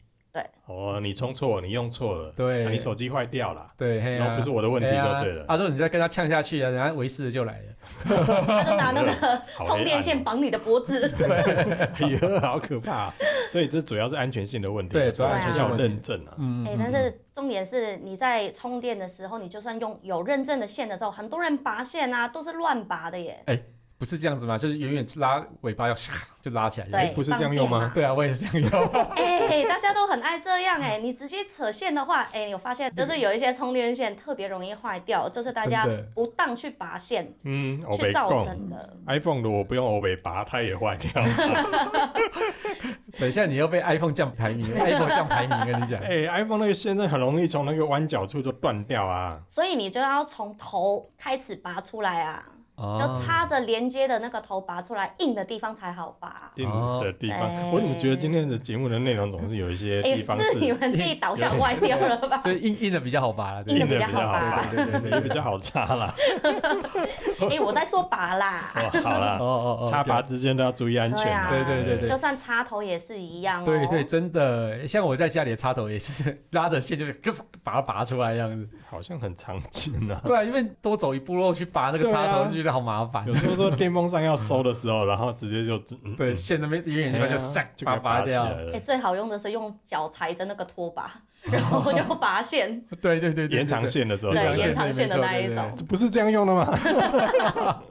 [SPEAKER 2] 哦，你充错了，你用错了，
[SPEAKER 1] 对
[SPEAKER 2] 啊你手机坏掉了，
[SPEAKER 1] 对，嘿
[SPEAKER 2] 然后
[SPEAKER 1] 啊
[SPEAKER 2] 不是我的问题就对
[SPEAKER 1] 哎呀
[SPEAKER 2] 了。
[SPEAKER 1] 啊，如果你再跟他呛下去啊，人家维斯的就来了。
[SPEAKER 3] 他就拿那个
[SPEAKER 2] 好黑暗哦
[SPEAKER 3] 充电线绑你的脖子。
[SPEAKER 2] 哎呀，好可怕啊！所以这主要是安全性的问题，啊
[SPEAKER 1] 对主要
[SPEAKER 3] 安全性
[SPEAKER 2] 要
[SPEAKER 1] 问题
[SPEAKER 2] 认证啊。
[SPEAKER 1] 嗯，
[SPEAKER 3] 哎、
[SPEAKER 1] 嗯嗯
[SPEAKER 3] 但是重点是你在充电的时候，你就算用有认证的线的时候，很多人拔线啊都是乱拔的耶。
[SPEAKER 1] 哎不是这样子嘛，就是远远拉尾巴要 就拉起来。哎
[SPEAKER 3] 对，
[SPEAKER 2] 哎不是
[SPEAKER 3] 放
[SPEAKER 2] 这样用
[SPEAKER 3] 电
[SPEAKER 2] 吗
[SPEAKER 3] 嘛
[SPEAKER 1] 对啊，我也是这样 用。
[SPEAKER 3] 哎、大家都很爱这样哎、你直接扯线的话，哎、我发现就是有一些充电线特别容易坏掉，这是大家
[SPEAKER 1] 真的
[SPEAKER 3] 不当去拔线
[SPEAKER 2] 嗯，欧
[SPEAKER 3] 去
[SPEAKER 2] 北
[SPEAKER 3] 造
[SPEAKER 2] 贡
[SPEAKER 3] 成的。
[SPEAKER 2] iPhone 的我不用欧北拔，它也坏 掉。
[SPEAKER 1] 等一下你又被 iPhone 降排名，iPhone 降排名，跟你讲。
[SPEAKER 2] 哎、i p h o n e 那个线真的很容易从那个弯角处就断掉啊。
[SPEAKER 3] 所以你就要从头开始拔出来啊，就
[SPEAKER 1] 哦，
[SPEAKER 3] 插着连接的那个头拔出来，硬的地方才好拔。
[SPEAKER 2] 硬
[SPEAKER 1] 哦
[SPEAKER 2] 的地方，
[SPEAKER 3] 哎
[SPEAKER 2] 我怎么觉得今天的节目的内容总是有一些
[SPEAKER 3] 哎、
[SPEAKER 2] 地方
[SPEAKER 3] 是你
[SPEAKER 2] 是
[SPEAKER 3] 们自己导向歪掉了 吧？
[SPEAKER 1] 所以硬硬的比较好拔了，对
[SPEAKER 3] 硬
[SPEAKER 1] 不
[SPEAKER 3] 的
[SPEAKER 1] 对
[SPEAKER 3] 比
[SPEAKER 2] 比
[SPEAKER 3] 较好
[SPEAKER 2] 较好
[SPEAKER 3] 拔
[SPEAKER 2] 拔，对对对，也比较好插 啦。
[SPEAKER 3] 哎、我在说拔啊啦，
[SPEAKER 2] 哦，好
[SPEAKER 1] 哦
[SPEAKER 2] 啦，
[SPEAKER 1] 哦哦，
[SPEAKER 2] 插拔
[SPEAKER 1] 拔。
[SPEAKER 2] 之间都要注意安全
[SPEAKER 3] 对啊
[SPEAKER 1] 对对对
[SPEAKER 3] 就算插头也是一样哦。
[SPEAKER 1] 对对，真的，像我在家里的插头也是 拉着线就咯嗖把它拔出来这样子。
[SPEAKER 2] 好像很常见啊。
[SPEAKER 1] 对啊，因为多走一步路去拔那个插
[SPEAKER 2] 对啊
[SPEAKER 1] 头，就觉得好麻烦
[SPEAKER 2] 有。时候说电风扇要收的时候，然后直接就 嗯
[SPEAKER 1] 对，线那边远远地方就
[SPEAKER 2] 哎呀
[SPEAKER 1] 唰
[SPEAKER 2] 就
[SPEAKER 1] 把它
[SPEAKER 2] 给拔
[SPEAKER 1] 拔
[SPEAKER 2] 起来
[SPEAKER 1] 掉。
[SPEAKER 3] 哎、
[SPEAKER 2] 了，
[SPEAKER 3] 最好用的是用脚踩着那个拖把，然 后就拔线。
[SPEAKER 1] 对对对对，
[SPEAKER 2] 延长
[SPEAKER 1] 对
[SPEAKER 2] 线的时候
[SPEAKER 1] 对
[SPEAKER 2] 这
[SPEAKER 1] 哦对
[SPEAKER 2] 样用，
[SPEAKER 3] 对，延长线的那
[SPEAKER 1] 没错
[SPEAKER 3] 一
[SPEAKER 1] 对对
[SPEAKER 3] 种
[SPEAKER 1] 对。
[SPEAKER 2] 不是这样用的吗？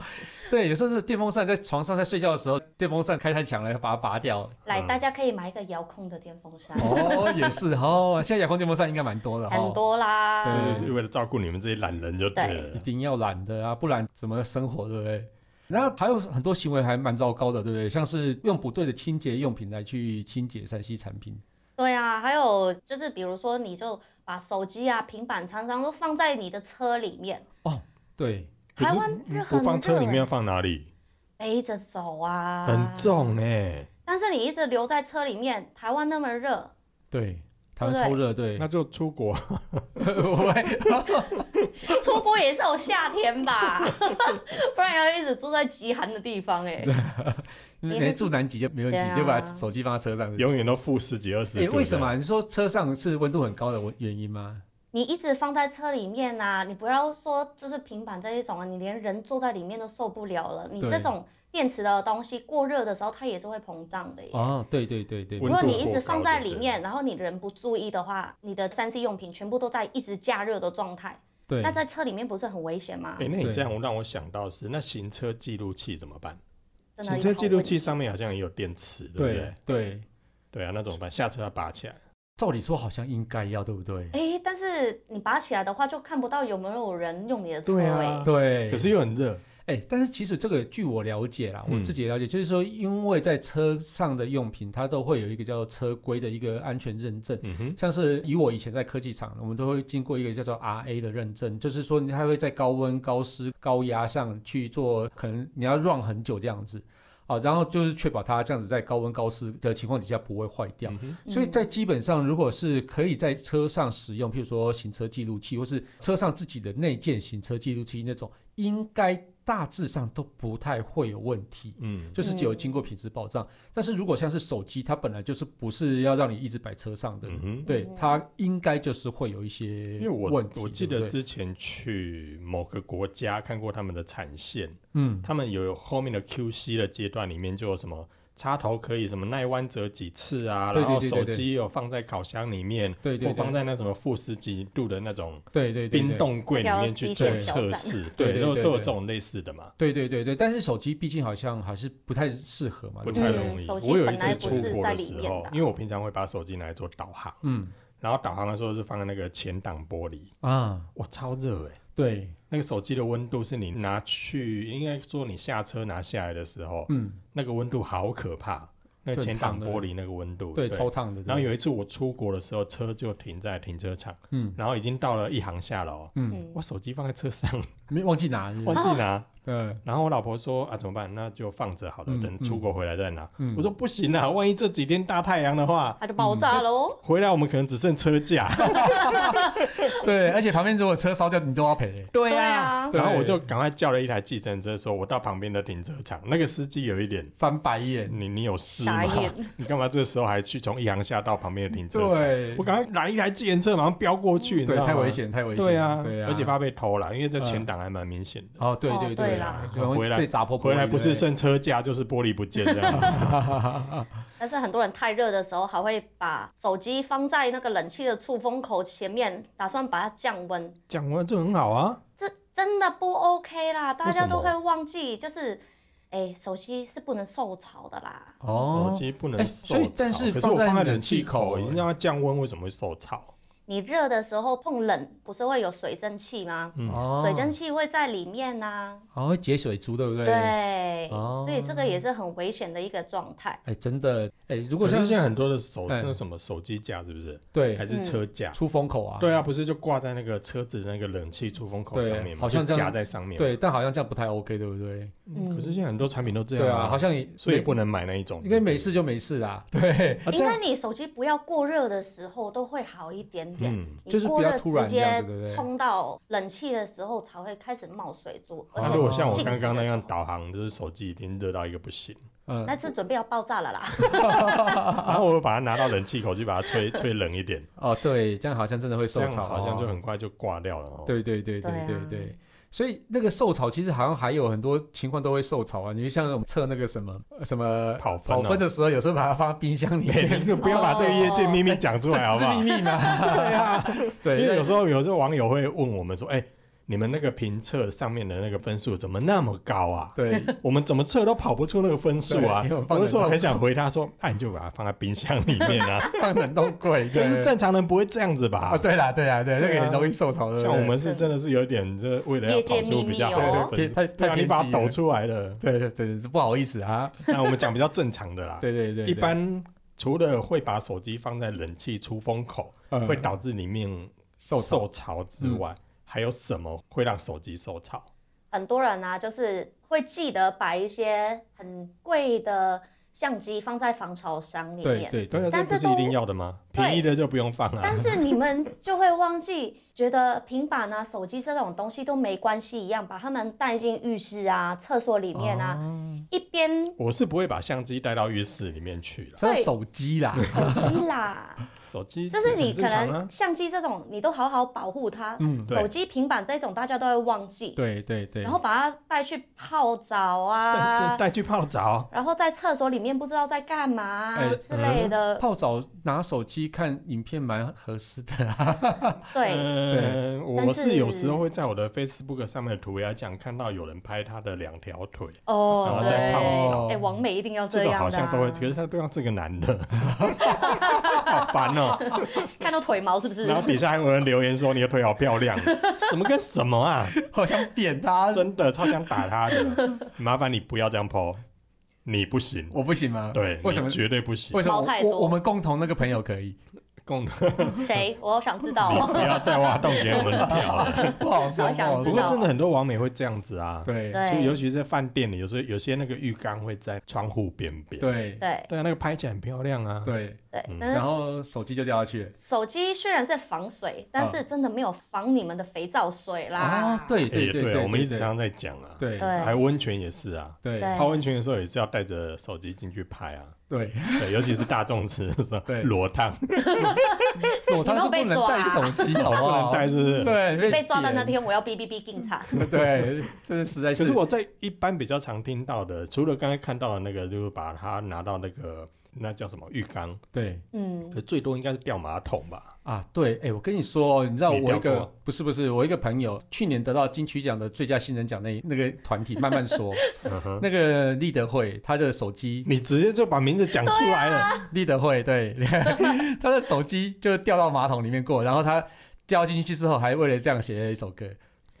[SPEAKER 1] 对，有时候是电风扇在床上在睡觉的时候，电风扇开太强了，要把它拔掉。
[SPEAKER 3] 来，
[SPEAKER 2] 嗯
[SPEAKER 3] 大家可以买一个遥控的电风扇，
[SPEAKER 1] 哦，也是哦，现在遥控电风扇应该蛮多的，
[SPEAKER 3] 很
[SPEAKER 1] 哦，
[SPEAKER 3] 多啦。
[SPEAKER 1] 对
[SPEAKER 2] 就是为了照顾你们这些懒人就对
[SPEAKER 1] 一
[SPEAKER 2] 了。
[SPEAKER 1] 定要懒的啊，不然怎么生活，对不对？然后还有很多行为还蛮糟糕的，对不对？像是用不对的清洁用品来去清洁三 C 产品，
[SPEAKER 3] 对啊，还有就是比如说，你就把手机啊、平板常常都放在你的车里面，
[SPEAKER 1] 对，
[SPEAKER 2] 可
[SPEAKER 3] 台
[SPEAKER 2] 是
[SPEAKER 3] 湾热
[SPEAKER 2] 不
[SPEAKER 3] 很
[SPEAKER 2] 放车
[SPEAKER 3] 热
[SPEAKER 2] 里
[SPEAKER 3] 欸
[SPEAKER 2] 面要放哪里？
[SPEAKER 3] 背着走啊，
[SPEAKER 2] 很。重呢，
[SPEAKER 3] 但是你一直留在车里面，台湾那么热，
[SPEAKER 1] 对，他们抽热，对，
[SPEAKER 2] 那就出国。
[SPEAKER 1] 喂，
[SPEAKER 3] 出国也是有夏天吧，不然要一直住在极寒的地方 哎、
[SPEAKER 1] 你没住南极就没问题，
[SPEAKER 3] 对啊
[SPEAKER 1] 就把手机放在车上。
[SPEAKER 2] 永远都负十几二十
[SPEAKER 1] 哎，
[SPEAKER 2] 度。
[SPEAKER 1] 为什么啊？你说车上是温度很高的原因吗？
[SPEAKER 3] 你一直放在车里面呐、你不要说就是平板这一种啊，你连人坐在里面都受不了了。你
[SPEAKER 1] 对
[SPEAKER 3] 这种电池的东西过热的时候，它也是会膨胀的耶。
[SPEAKER 1] 哦，对对对对，
[SPEAKER 2] 啊温
[SPEAKER 3] 如
[SPEAKER 2] 度
[SPEAKER 3] 果你一
[SPEAKER 2] 过
[SPEAKER 3] 直
[SPEAKER 2] 高
[SPEAKER 3] 放在
[SPEAKER 2] 就对
[SPEAKER 3] 里面，然后你人不注意的话，你的三 C 用品全部都在一直加热的状态，
[SPEAKER 1] 对
[SPEAKER 3] 那在车里面不是很危险吗
[SPEAKER 2] 对？？哎，那你
[SPEAKER 1] 对
[SPEAKER 2] 这样让我想到是，那行车记录器怎么办？
[SPEAKER 3] 真的
[SPEAKER 2] 行
[SPEAKER 3] 有
[SPEAKER 2] 车
[SPEAKER 3] 好
[SPEAKER 2] 记录
[SPEAKER 3] 问
[SPEAKER 2] 器
[SPEAKER 3] 题
[SPEAKER 2] 上面好像也有电池，对不
[SPEAKER 1] 对
[SPEAKER 2] 对？
[SPEAKER 1] 对，
[SPEAKER 2] 对啊，那怎么办？下车要拔起来。
[SPEAKER 1] 照理说好像应该要，对不对？
[SPEAKER 3] 哎，但是你拔起来的话，就看不到有没有人用你的车
[SPEAKER 2] 对啊
[SPEAKER 3] 哎。
[SPEAKER 1] 对，
[SPEAKER 2] 可是又很热，
[SPEAKER 1] 哎、但是其实这个据我了解啦，我
[SPEAKER 2] 嗯
[SPEAKER 1] 自己了解，就是说，因为在车上的用品，它都会有一个叫做车规的一个安全认证。
[SPEAKER 2] 嗯哼，
[SPEAKER 1] 像是以我以前在科技厂，我们都会经过一个叫做 RA 的认证，就是说你它会在高温、高湿、高压上去做，可能你要 run 很久这样子，啊，然后就是确保它这样子在高温、高湿的情况底下不会坏掉。
[SPEAKER 2] 嗯哼
[SPEAKER 1] 所以在基本上，如果是可以在车上使用，譬如说行车记录器，或是车上自己的内建行车记录器那种，应该大致上都不太会有问题。
[SPEAKER 2] 嗯，
[SPEAKER 1] 就是有经过品质保障，但是如果像是手机，它本来就是不是要让你一直摆车上的，
[SPEAKER 2] 嗯哼。
[SPEAKER 1] 对
[SPEAKER 3] 嗯
[SPEAKER 1] 它应该就是会有一些
[SPEAKER 2] 因为我
[SPEAKER 1] 问题。
[SPEAKER 2] 我记
[SPEAKER 1] 对
[SPEAKER 2] 得
[SPEAKER 1] 不对
[SPEAKER 2] 之前去某个国家看过他们的产线，
[SPEAKER 1] 嗯，
[SPEAKER 2] 他们有后面的 QC 的阶段里面就有什么插头可以什么耐弯折几次啊，
[SPEAKER 1] 对
[SPEAKER 2] 然后
[SPEAKER 1] 对对
[SPEAKER 2] 手
[SPEAKER 1] 对
[SPEAKER 2] 机有放在烤箱里面，
[SPEAKER 1] 对对
[SPEAKER 2] 或放
[SPEAKER 1] 对
[SPEAKER 2] 在那什么负十几度的那种
[SPEAKER 1] 对对对
[SPEAKER 2] 冰
[SPEAKER 1] 对
[SPEAKER 2] 冻柜里面去做测试，
[SPEAKER 1] 对
[SPEAKER 2] 对，
[SPEAKER 1] 对
[SPEAKER 2] 都
[SPEAKER 1] 对
[SPEAKER 2] 都有
[SPEAKER 1] 对
[SPEAKER 2] 这种类似的嘛。
[SPEAKER 1] 对对对对，但是手机毕竟好像还是不太适合嘛，
[SPEAKER 2] 不
[SPEAKER 1] 对对
[SPEAKER 2] 太容易。
[SPEAKER 3] 手机
[SPEAKER 2] 我有一
[SPEAKER 3] 本来
[SPEAKER 2] 次
[SPEAKER 3] 不
[SPEAKER 2] 出
[SPEAKER 3] 是
[SPEAKER 2] 国
[SPEAKER 3] 在
[SPEAKER 2] 的
[SPEAKER 3] 里
[SPEAKER 2] 时
[SPEAKER 3] 面
[SPEAKER 2] 候
[SPEAKER 3] 的，
[SPEAKER 2] 因为我平常会把手机拿来做导航，
[SPEAKER 1] 嗯
[SPEAKER 2] 然后导航的时候是放在那个前挡玻璃，
[SPEAKER 1] 啊，
[SPEAKER 2] 哇，超热哎、
[SPEAKER 1] 对，
[SPEAKER 2] 那个手机的温度是你拿去，应该说你下车拿下来的时候，
[SPEAKER 1] 嗯，
[SPEAKER 2] 那个温度好可怕，那个
[SPEAKER 1] 就很
[SPEAKER 2] 前挡
[SPEAKER 1] 烫的
[SPEAKER 2] 玻璃那个温度，
[SPEAKER 1] 对，超烫的。
[SPEAKER 2] 然后
[SPEAKER 1] 有
[SPEAKER 2] 有一次我出国的时候，车就停在停车场，
[SPEAKER 1] 嗯
[SPEAKER 2] 然后已经到了一行下楼，
[SPEAKER 1] 嗯，
[SPEAKER 3] 嗯，
[SPEAKER 2] 我手机放在车上，
[SPEAKER 1] 没忘记拿是不
[SPEAKER 2] 忘
[SPEAKER 1] 是，
[SPEAKER 2] 记拿。
[SPEAKER 1] 嗯
[SPEAKER 2] 然后我老婆说啊，怎么办？那就放着好了，
[SPEAKER 1] 嗯
[SPEAKER 2] 等出国回来再拿。
[SPEAKER 1] 嗯
[SPEAKER 2] 我说不行啊，万一这几天大太阳的话，
[SPEAKER 3] 它就爆
[SPEAKER 2] 嗯
[SPEAKER 3] 炸了哦。
[SPEAKER 2] 回来我们可能只剩车架。
[SPEAKER 1] 对，而且旁边如果车烧掉，你都要赔。
[SPEAKER 3] 对 啊，
[SPEAKER 1] 对
[SPEAKER 2] 然后我就赶快叫了一台计程车，说我到旁边的停车场。那个司机有一点，
[SPEAKER 1] 翻白眼。
[SPEAKER 2] 你你有事吗？
[SPEAKER 3] 傻 眼。
[SPEAKER 2] 你干嘛这时候还去从一行下到旁边的停车场？
[SPEAKER 1] 对
[SPEAKER 2] 我，赶快拦一台计程车，马上飙过去。你知
[SPEAKER 1] 对，
[SPEAKER 2] 道吗
[SPEAKER 1] 太危。险，太危险。
[SPEAKER 2] 对啊，
[SPEAKER 1] 对啊，
[SPEAKER 2] 而且怕被偷了，因为这
[SPEAKER 1] 嗯
[SPEAKER 2] 前挡还蛮明显的。啊
[SPEAKER 1] 哦，对
[SPEAKER 3] 哦
[SPEAKER 1] 对
[SPEAKER 3] 对
[SPEAKER 1] 啦
[SPEAKER 3] 啦，
[SPEAKER 1] 容易
[SPEAKER 2] 回来
[SPEAKER 1] 被砸破玻璃。
[SPEAKER 2] 回来不是
[SPEAKER 1] 对
[SPEAKER 2] 剩车架就是玻璃不见这样。
[SPEAKER 3] 但是很多人太热的时候，还会把手机放在那个冷气的出风口前面，打算把它降温。
[SPEAKER 2] 讲完就很好啊。
[SPEAKER 3] 这真的不 OK 啦，大
[SPEAKER 2] 为什
[SPEAKER 3] 家
[SPEAKER 2] 么
[SPEAKER 3] 都会忘记，就是哎，手机是不能受潮的啦。
[SPEAKER 2] 手机不能
[SPEAKER 1] 哎
[SPEAKER 2] 受
[SPEAKER 1] 所以
[SPEAKER 2] 潮
[SPEAKER 1] 但是
[SPEAKER 2] 可是
[SPEAKER 1] 放
[SPEAKER 2] 我
[SPEAKER 1] 在
[SPEAKER 2] 放在
[SPEAKER 1] 冷
[SPEAKER 2] 冷气
[SPEAKER 1] 气
[SPEAKER 2] 口，
[SPEAKER 1] 口
[SPEAKER 2] 让它降温，为什么会受潮？
[SPEAKER 3] 你热的时候碰冷，不是会有水蒸气吗？
[SPEAKER 1] 哦，
[SPEAKER 3] 水蒸气会在里面呐、
[SPEAKER 1] 哦会解水珠，对不对？
[SPEAKER 3] 对，
[SPEAKER 1] 哦
[SPEAKER 3] 所以这个也是很危险的一个状态。
[SPEAKER 1] 哎，真的，哎，如
[SPEAKER 2] 如
[SPEAKER 1] 果
[SPEAKER 2] 是
[SPEAKER 1] 像
[SPEAKER 2] 现在很多的手
[SPEAKER 1] 哎
[SPEAKER 2] 那什么手机架是不是？
[SPEAKER 1] 对
[SPEAKER 2] 还是车架？
[SPEAKER 1] 出风口啊，
[SPEAKER 2] 对啊，不是就挂在那个车子的那个冷气出风口
[SPEAKER 1] 对
[SPEAKER 2] 上面嘛，
[SPEAKER 1] 好像
[SPEAKER 2] 就
[SPEAKER 1] 这
[SPEAKER 2] 夹
[SPEAKER 1] 样
[SPEAKER 2] 在上面。，
[SPEAKER 1] 对，但好像这样不太 OK，对不对？
[SPEAKER 3] 嗯，
[SPEAKER 2] 可是现在很多产品都这
[SPEAKER 1] 对
[SPEAKER 2] 样
[SPEAKER 1] 啊，好像也
[SPEAKER 2] 所以
[SPEAKER 1] 没
[SPEAKER 2] 不能买那一种。
[SPEAKER 1] 应该没事就没事啦，对，
[SPEAKER 2] 啊，这
[SPEAKER 3] 应
[SPEAKER 2] 样
[SPEAKER 3] 该你手机不要过热的时候都会好一点点。
[SPEAKER 2] 嗯，
[SPEAKER 3] 你
[SPEAKER 1] 就是
[SPEAKER 3] 过
[SPEAKER 1] 不要
[SPEAKER 3] 热
[SPEAKER 1] 突
[SPEAKER 3] 直
[SPEAKER 1] 然这样
[SPEAKER 3] 接
[SPEAKER 1] 子对不对
[SPEAKER 3] 冲到冷气的时候才会开始冒水
[SPEAKER 1] 啊
[SPEAKER 3] 珠，
[SPEAKER 2] 那
[SPEAKER 3] 而且
[SPEAKER 2] 啊如果像我
[SPEAKER 3] 静止
[SPEAKER 2] 刚
[SPEAKER 3] 的
[SPEAKER 2] 刚那样
[SPEAKER 3] 时候，
[SPEAKER 2] 导航，就是手机已经热到一个不行，
[SPEAKER 1] 嗯，
[SPEAKER 3] 那次准备要爆炸了啦。
[SPEAKER 1] 啊
[SPEAKER 2] 然后我又把它拿到冷气口去把它吹吹冷 一点，
[SPEAKER 1] 哦，对，这样好像真的会
[SPEAKER 2] 这
[SPEAKER 1] 受
[SPEAKER 2] 样
[SPEAKER 1] 潮，
[SPEAKER 2] 好像就很快就挂掉了哦。
[SPEAKER 1] 对对对对
[SPEAKER 3] 对啊
[SPEAKER 1] 对对，所以那个受潮其实好像还有很多情况都会受潮啊。你就像我们测那个什么呃什么
[SPEAKER 2] 跑分
[SPEAKER 1] 跑
[SPEAKER 2] 哦
[SPEAKER 1] 分的时候，有时候把它放到冰箱里
[SPEAKER 2] 哎，
[SPEAKER 1] 面，
[SPEAKER 2] 你就不要把这个业界秘密讲 出来好不
[SPEAKER 1] 这是
[SPEAKER 2] 好
[SPEAKER 1] 秘？密 嘛？
[SPEAKER 2] 对啊，
[SPEAKER 1] 对，
[SPEAKER 2] 因为有时
[SPEAKER 1] 候
[SPEAKER 2] 候有时候网友会问我们说，哎、你们那个评测上面的那个分数怎么那么高啊？
[SPEAKER 1] 对
[SPEAKER 2] 我们怎么测都跑不出那个分数啊
[SPEAKER 1] 对因为我！放
[SPEAKER 2] 我
[SPEAKER 1] 冷
[SPEAKER 2] 那时候很想回答说，那、你就把它放在冰箱里面啊。
[SPEAKER 1] 放冷冻 柜，
[SPEAKER 2] 可
[SPEAKER 1] 对
[SPEAKER 2] 是正常人不会这样子吧？
[SPEAKER 1] 啊，对啦对啦对，那个
[SPEAKER 2] 对啊
[SPEAKER 1] 也容易受潮的。
[SPEAKER 2] 像我们
[SPEAKER 3] 对
[SPEAKER 2] 是真的是有点这为了要
[SPEAKER 3] 业界
[SPEAKER 2] 跑出比较好
[SPEAKER 3] 秘
[SPEAKER 2] 的
[SPEAKER 3] 密哦
[SPEAKER 2] 分数，
[SPEAKER 1] 太太
[SPEAKER 2] 对啊，
[SPEAKER 1] 太
[SPEAKER 2] 你把它
[SPEAKER 1] 偏激
[SPEAKER 2] 抖
[SPEAKER 1] 了
[SPEAKER 2] 出 来了。
[SPEAKER 1] 对对对，对不好意思啊，
[SPEAKER 2] 那我们讲比较正常的啦。
[SPEAKER 1] 对对对，对
[SPEAKER 2] 一般除了会把手机放在冷气出风口，
[SPEAKER 1] 嗯
[SPEAKER 2] 会导致里面
[SPEAKER 1] 受潮
[SPEAKER 2] 受潮之外，还有什么会让手机受潮？
[SPEAKER 3] 很多人啊，就是会记得把一些很贵的相机放在防潮箱里
[SPEAKER 1] 对
[SPEAKER 3] 面，
[SPEAKER 1] 对对
[SPEAKER 2] 对啊，这
[SPEAKER 3] 但
[SPEAKER 2] 不
[SPEAKER 3] 是
[SPEAKER 2] 是一定
[SPEAKER 3] 都
[SPEAKER 2] 要的吗？
[SPEAKER 3] 对
[SPEAKER 2] 便宜的就不用放啊。
[SPEAKER 3] 但是你们就会忘记，觉得平板啊、手机这种东西都没关系一样，把它们带进浴室啊、厕所里面啊，
[SPEAKER 1] 哦
[SPEAKER 3] 一边
[SPEAKER 2] 我是不会把相机带到浴室里面去了，
[SPEAKER 1] 像手机啦，
[SPEAKER 3] 手机啦，
[SPEAKER 2] 手机
[SPEAKER 3] 就是你
[SPEAKER 2] 很
[SPEAKER 3] 可
[SPEAKER 2] 正常啊
[SPEAKER 3] 能。相机这种你都好好保护它，
[SPEAKER 1] 嗯
[SPEAKER 2] 对
[SPEAKER 3] 手机、平板这种大家都会忘记，
[SPEAKER 1] 对对对
[SPEAKER 3] 然，后把它带去泡澡
[SPEAKER 2] 带
[SPEAKER 3] 啊
[SPEAKER 2] 就。带去泡澡，
[SPEAKER 3] 然后在厕所里面不知道在干嘛啊、
[SPEAKER 1] 哎
[SPEAKER 3] 之类的，
[SPEAKER 2] 嗯
[SPEAKER 1] 泡澡拿手机看影片蛮合适的啊，
[SPEAKER 3] 对，
[SPEAKER 2] 嗯，我
[SPEAKER 3] 但
[SPEAKER 2] 是
[SPEAKER 3] 是
[SPEAKER 2] 有时候会在我的 Facebook 上面的涂鸦墙看到有人拍他的两条腿，然
[SPEAKER 3] 哦
[SPEAKER 2] 后，再泡
[SPEAKER 3] 对，
[SPEAKER 2] 澡，
[SPEAKER 1] 哦
[SPEAKER 3] 哎，王美一定要
[SPEAKER 2] 这
[SPEAKER 3] 这
[SPEAKER 2] 种
[SPEAKER 3] 样
[SPEAKER 2] 好
[SPEAKER 3] 的啊、
[SPEAKER 2] 像都会，可是他对方是个男的， 好烦哦。
[SPEAKER 3] 看到腿毛是不是？
[SPEAKER 2] 然后底下还有人留言说你的腿好漂亮，什么跟什么啊，
[SPEAKER 1] 好像扁
[SPEAKER 3] 啊
[SPEAKER 1] 他，
[SPEAKER 2] 真的超想打他的。麻烦你不要这样 po，你不行，
[SPEAKER 1] 我不行吗？
[SPEAKER 2] 对，
[SPEAKER 1] 为什么
[SPEAKER 2] 你绝对不行
[SPEAKER 1] 为？什么
[SPEAKER 3] 毛
[SPEAKER 1] 我
[SPEAKER 3] 太
[SPEAKER 1] 我
[SPEAKER 3] 多
[SPEAKER 1] 我们共同那个朋友可 以？
[SPEAKER 2] 共
[SPEAKER 3] 谁？我想知道
[SPEAKER 2] 你
[SPEAKER 3] 哦。
[SPEAKER 2] 不要再挖洞给我们跳了。
[SPEAKER 1] 不好说，
[SPEAKER 3] 我想
[SPEAKER 1] 不好
[SPEAKER 2] 不
[SPEAKER 3] 知
[SPEAKER 1] 说
[SPEAKER 2] 过
[SPEAKER 3] 道
[SPEAKER 2] 真的很多网美会这样子啊，
[SPEAKER 1] 对
[SPEAKER 2] 就尤
[SPEAKER 3] 哦对
[SPEAKER 2] 其是饭店里，有时候有些那个浴缸会在窗户边边。
[SPEAKER 1] 对
[SPEAKER 3] 对
[SPEAKER 2] 对啊，那个拍起来很漂亮啊。
[SPEAKER 1] 对，
[SPEAKER 3] 对
[SPEAKER 2] 嗯，
[SPEAKER 3] 但
[SPEAKER 1] 然
[SPEAKER 3] 是
[SPEAKER 1] 后手机就掉下去了。
[SPEAKER 3] 手机虽然是防水，但
[SPEAKER 2] 嗯
[SPEAKER 3] 是真的没有防你们的肥皂水啦
[SPEAKER 1] 哦，。对
[SPEAKER 2] 哎，
[SPEAKER 1] 对对
[SPEAKER 2] 我们一直
[SPEAKER 1] 对
[SPEAKER 2] 常常在讲啊。
[SPEAKER 1] 对
[SPEAKER 3] 对
[SPEAKER 2] 还有温泉也是啊，
[SPEAKER 1] 对
[SPEAKER 3] 对
[SPEAKER 2] 泡温泉的时候也是要带着手机进去拍啊。
[SPEAKER 1] 对，
[SPEAKER 2] 对，尤其是大众池的时候，
[SPEAKER 1] 对
[SPEAKER 2] 裸 烫
[SPEAKER 1] 我哦他是不能带手机，好不
[SPEAKER 2] 不能
[SPEAKER 1] 好？
[SPEAKER 2] 带，是不是？
[SPEAKER 1] 对，
[SPEAKER 3] 啊被抓到那，天，我要哔哔哔警察。
[SPEAKER 1] 对，真的实在
[SPEAKER 2] 可
[SPEAKER 1] 是。
[SPEAKER 2] 是我在一般比较常听到的，除了刚才看到的那个，就是把它拿到那个那叫什么浴缸，
[SPEAKER 1] 对
[SPEAKER 3] 嗯，
[SPEAKER 2] 可最多应该是掉马桶吧？
[SPEAKER 1] 啊，对，哎，我跟你说哦，你知道
[SPEAKER 2] 你
[SPEAKER 1] 我
[SPEAKER 2] 掉
[SPEAKER 1] 一个
[SPEAKER 2] 过
[SPEAKER 1] 不是不是，我一个朋友去年得到金曲奖的最佳新人奖那那个团体，慢慢说，那个立德会，他的手机
[SPEAKER 2] 你直接就把名字讲出来了，
[SPEAKER 1] 立德会，对， 他的手机就掉到马桶里面过，然后他掉进去之后，还为了这样写了一首歌，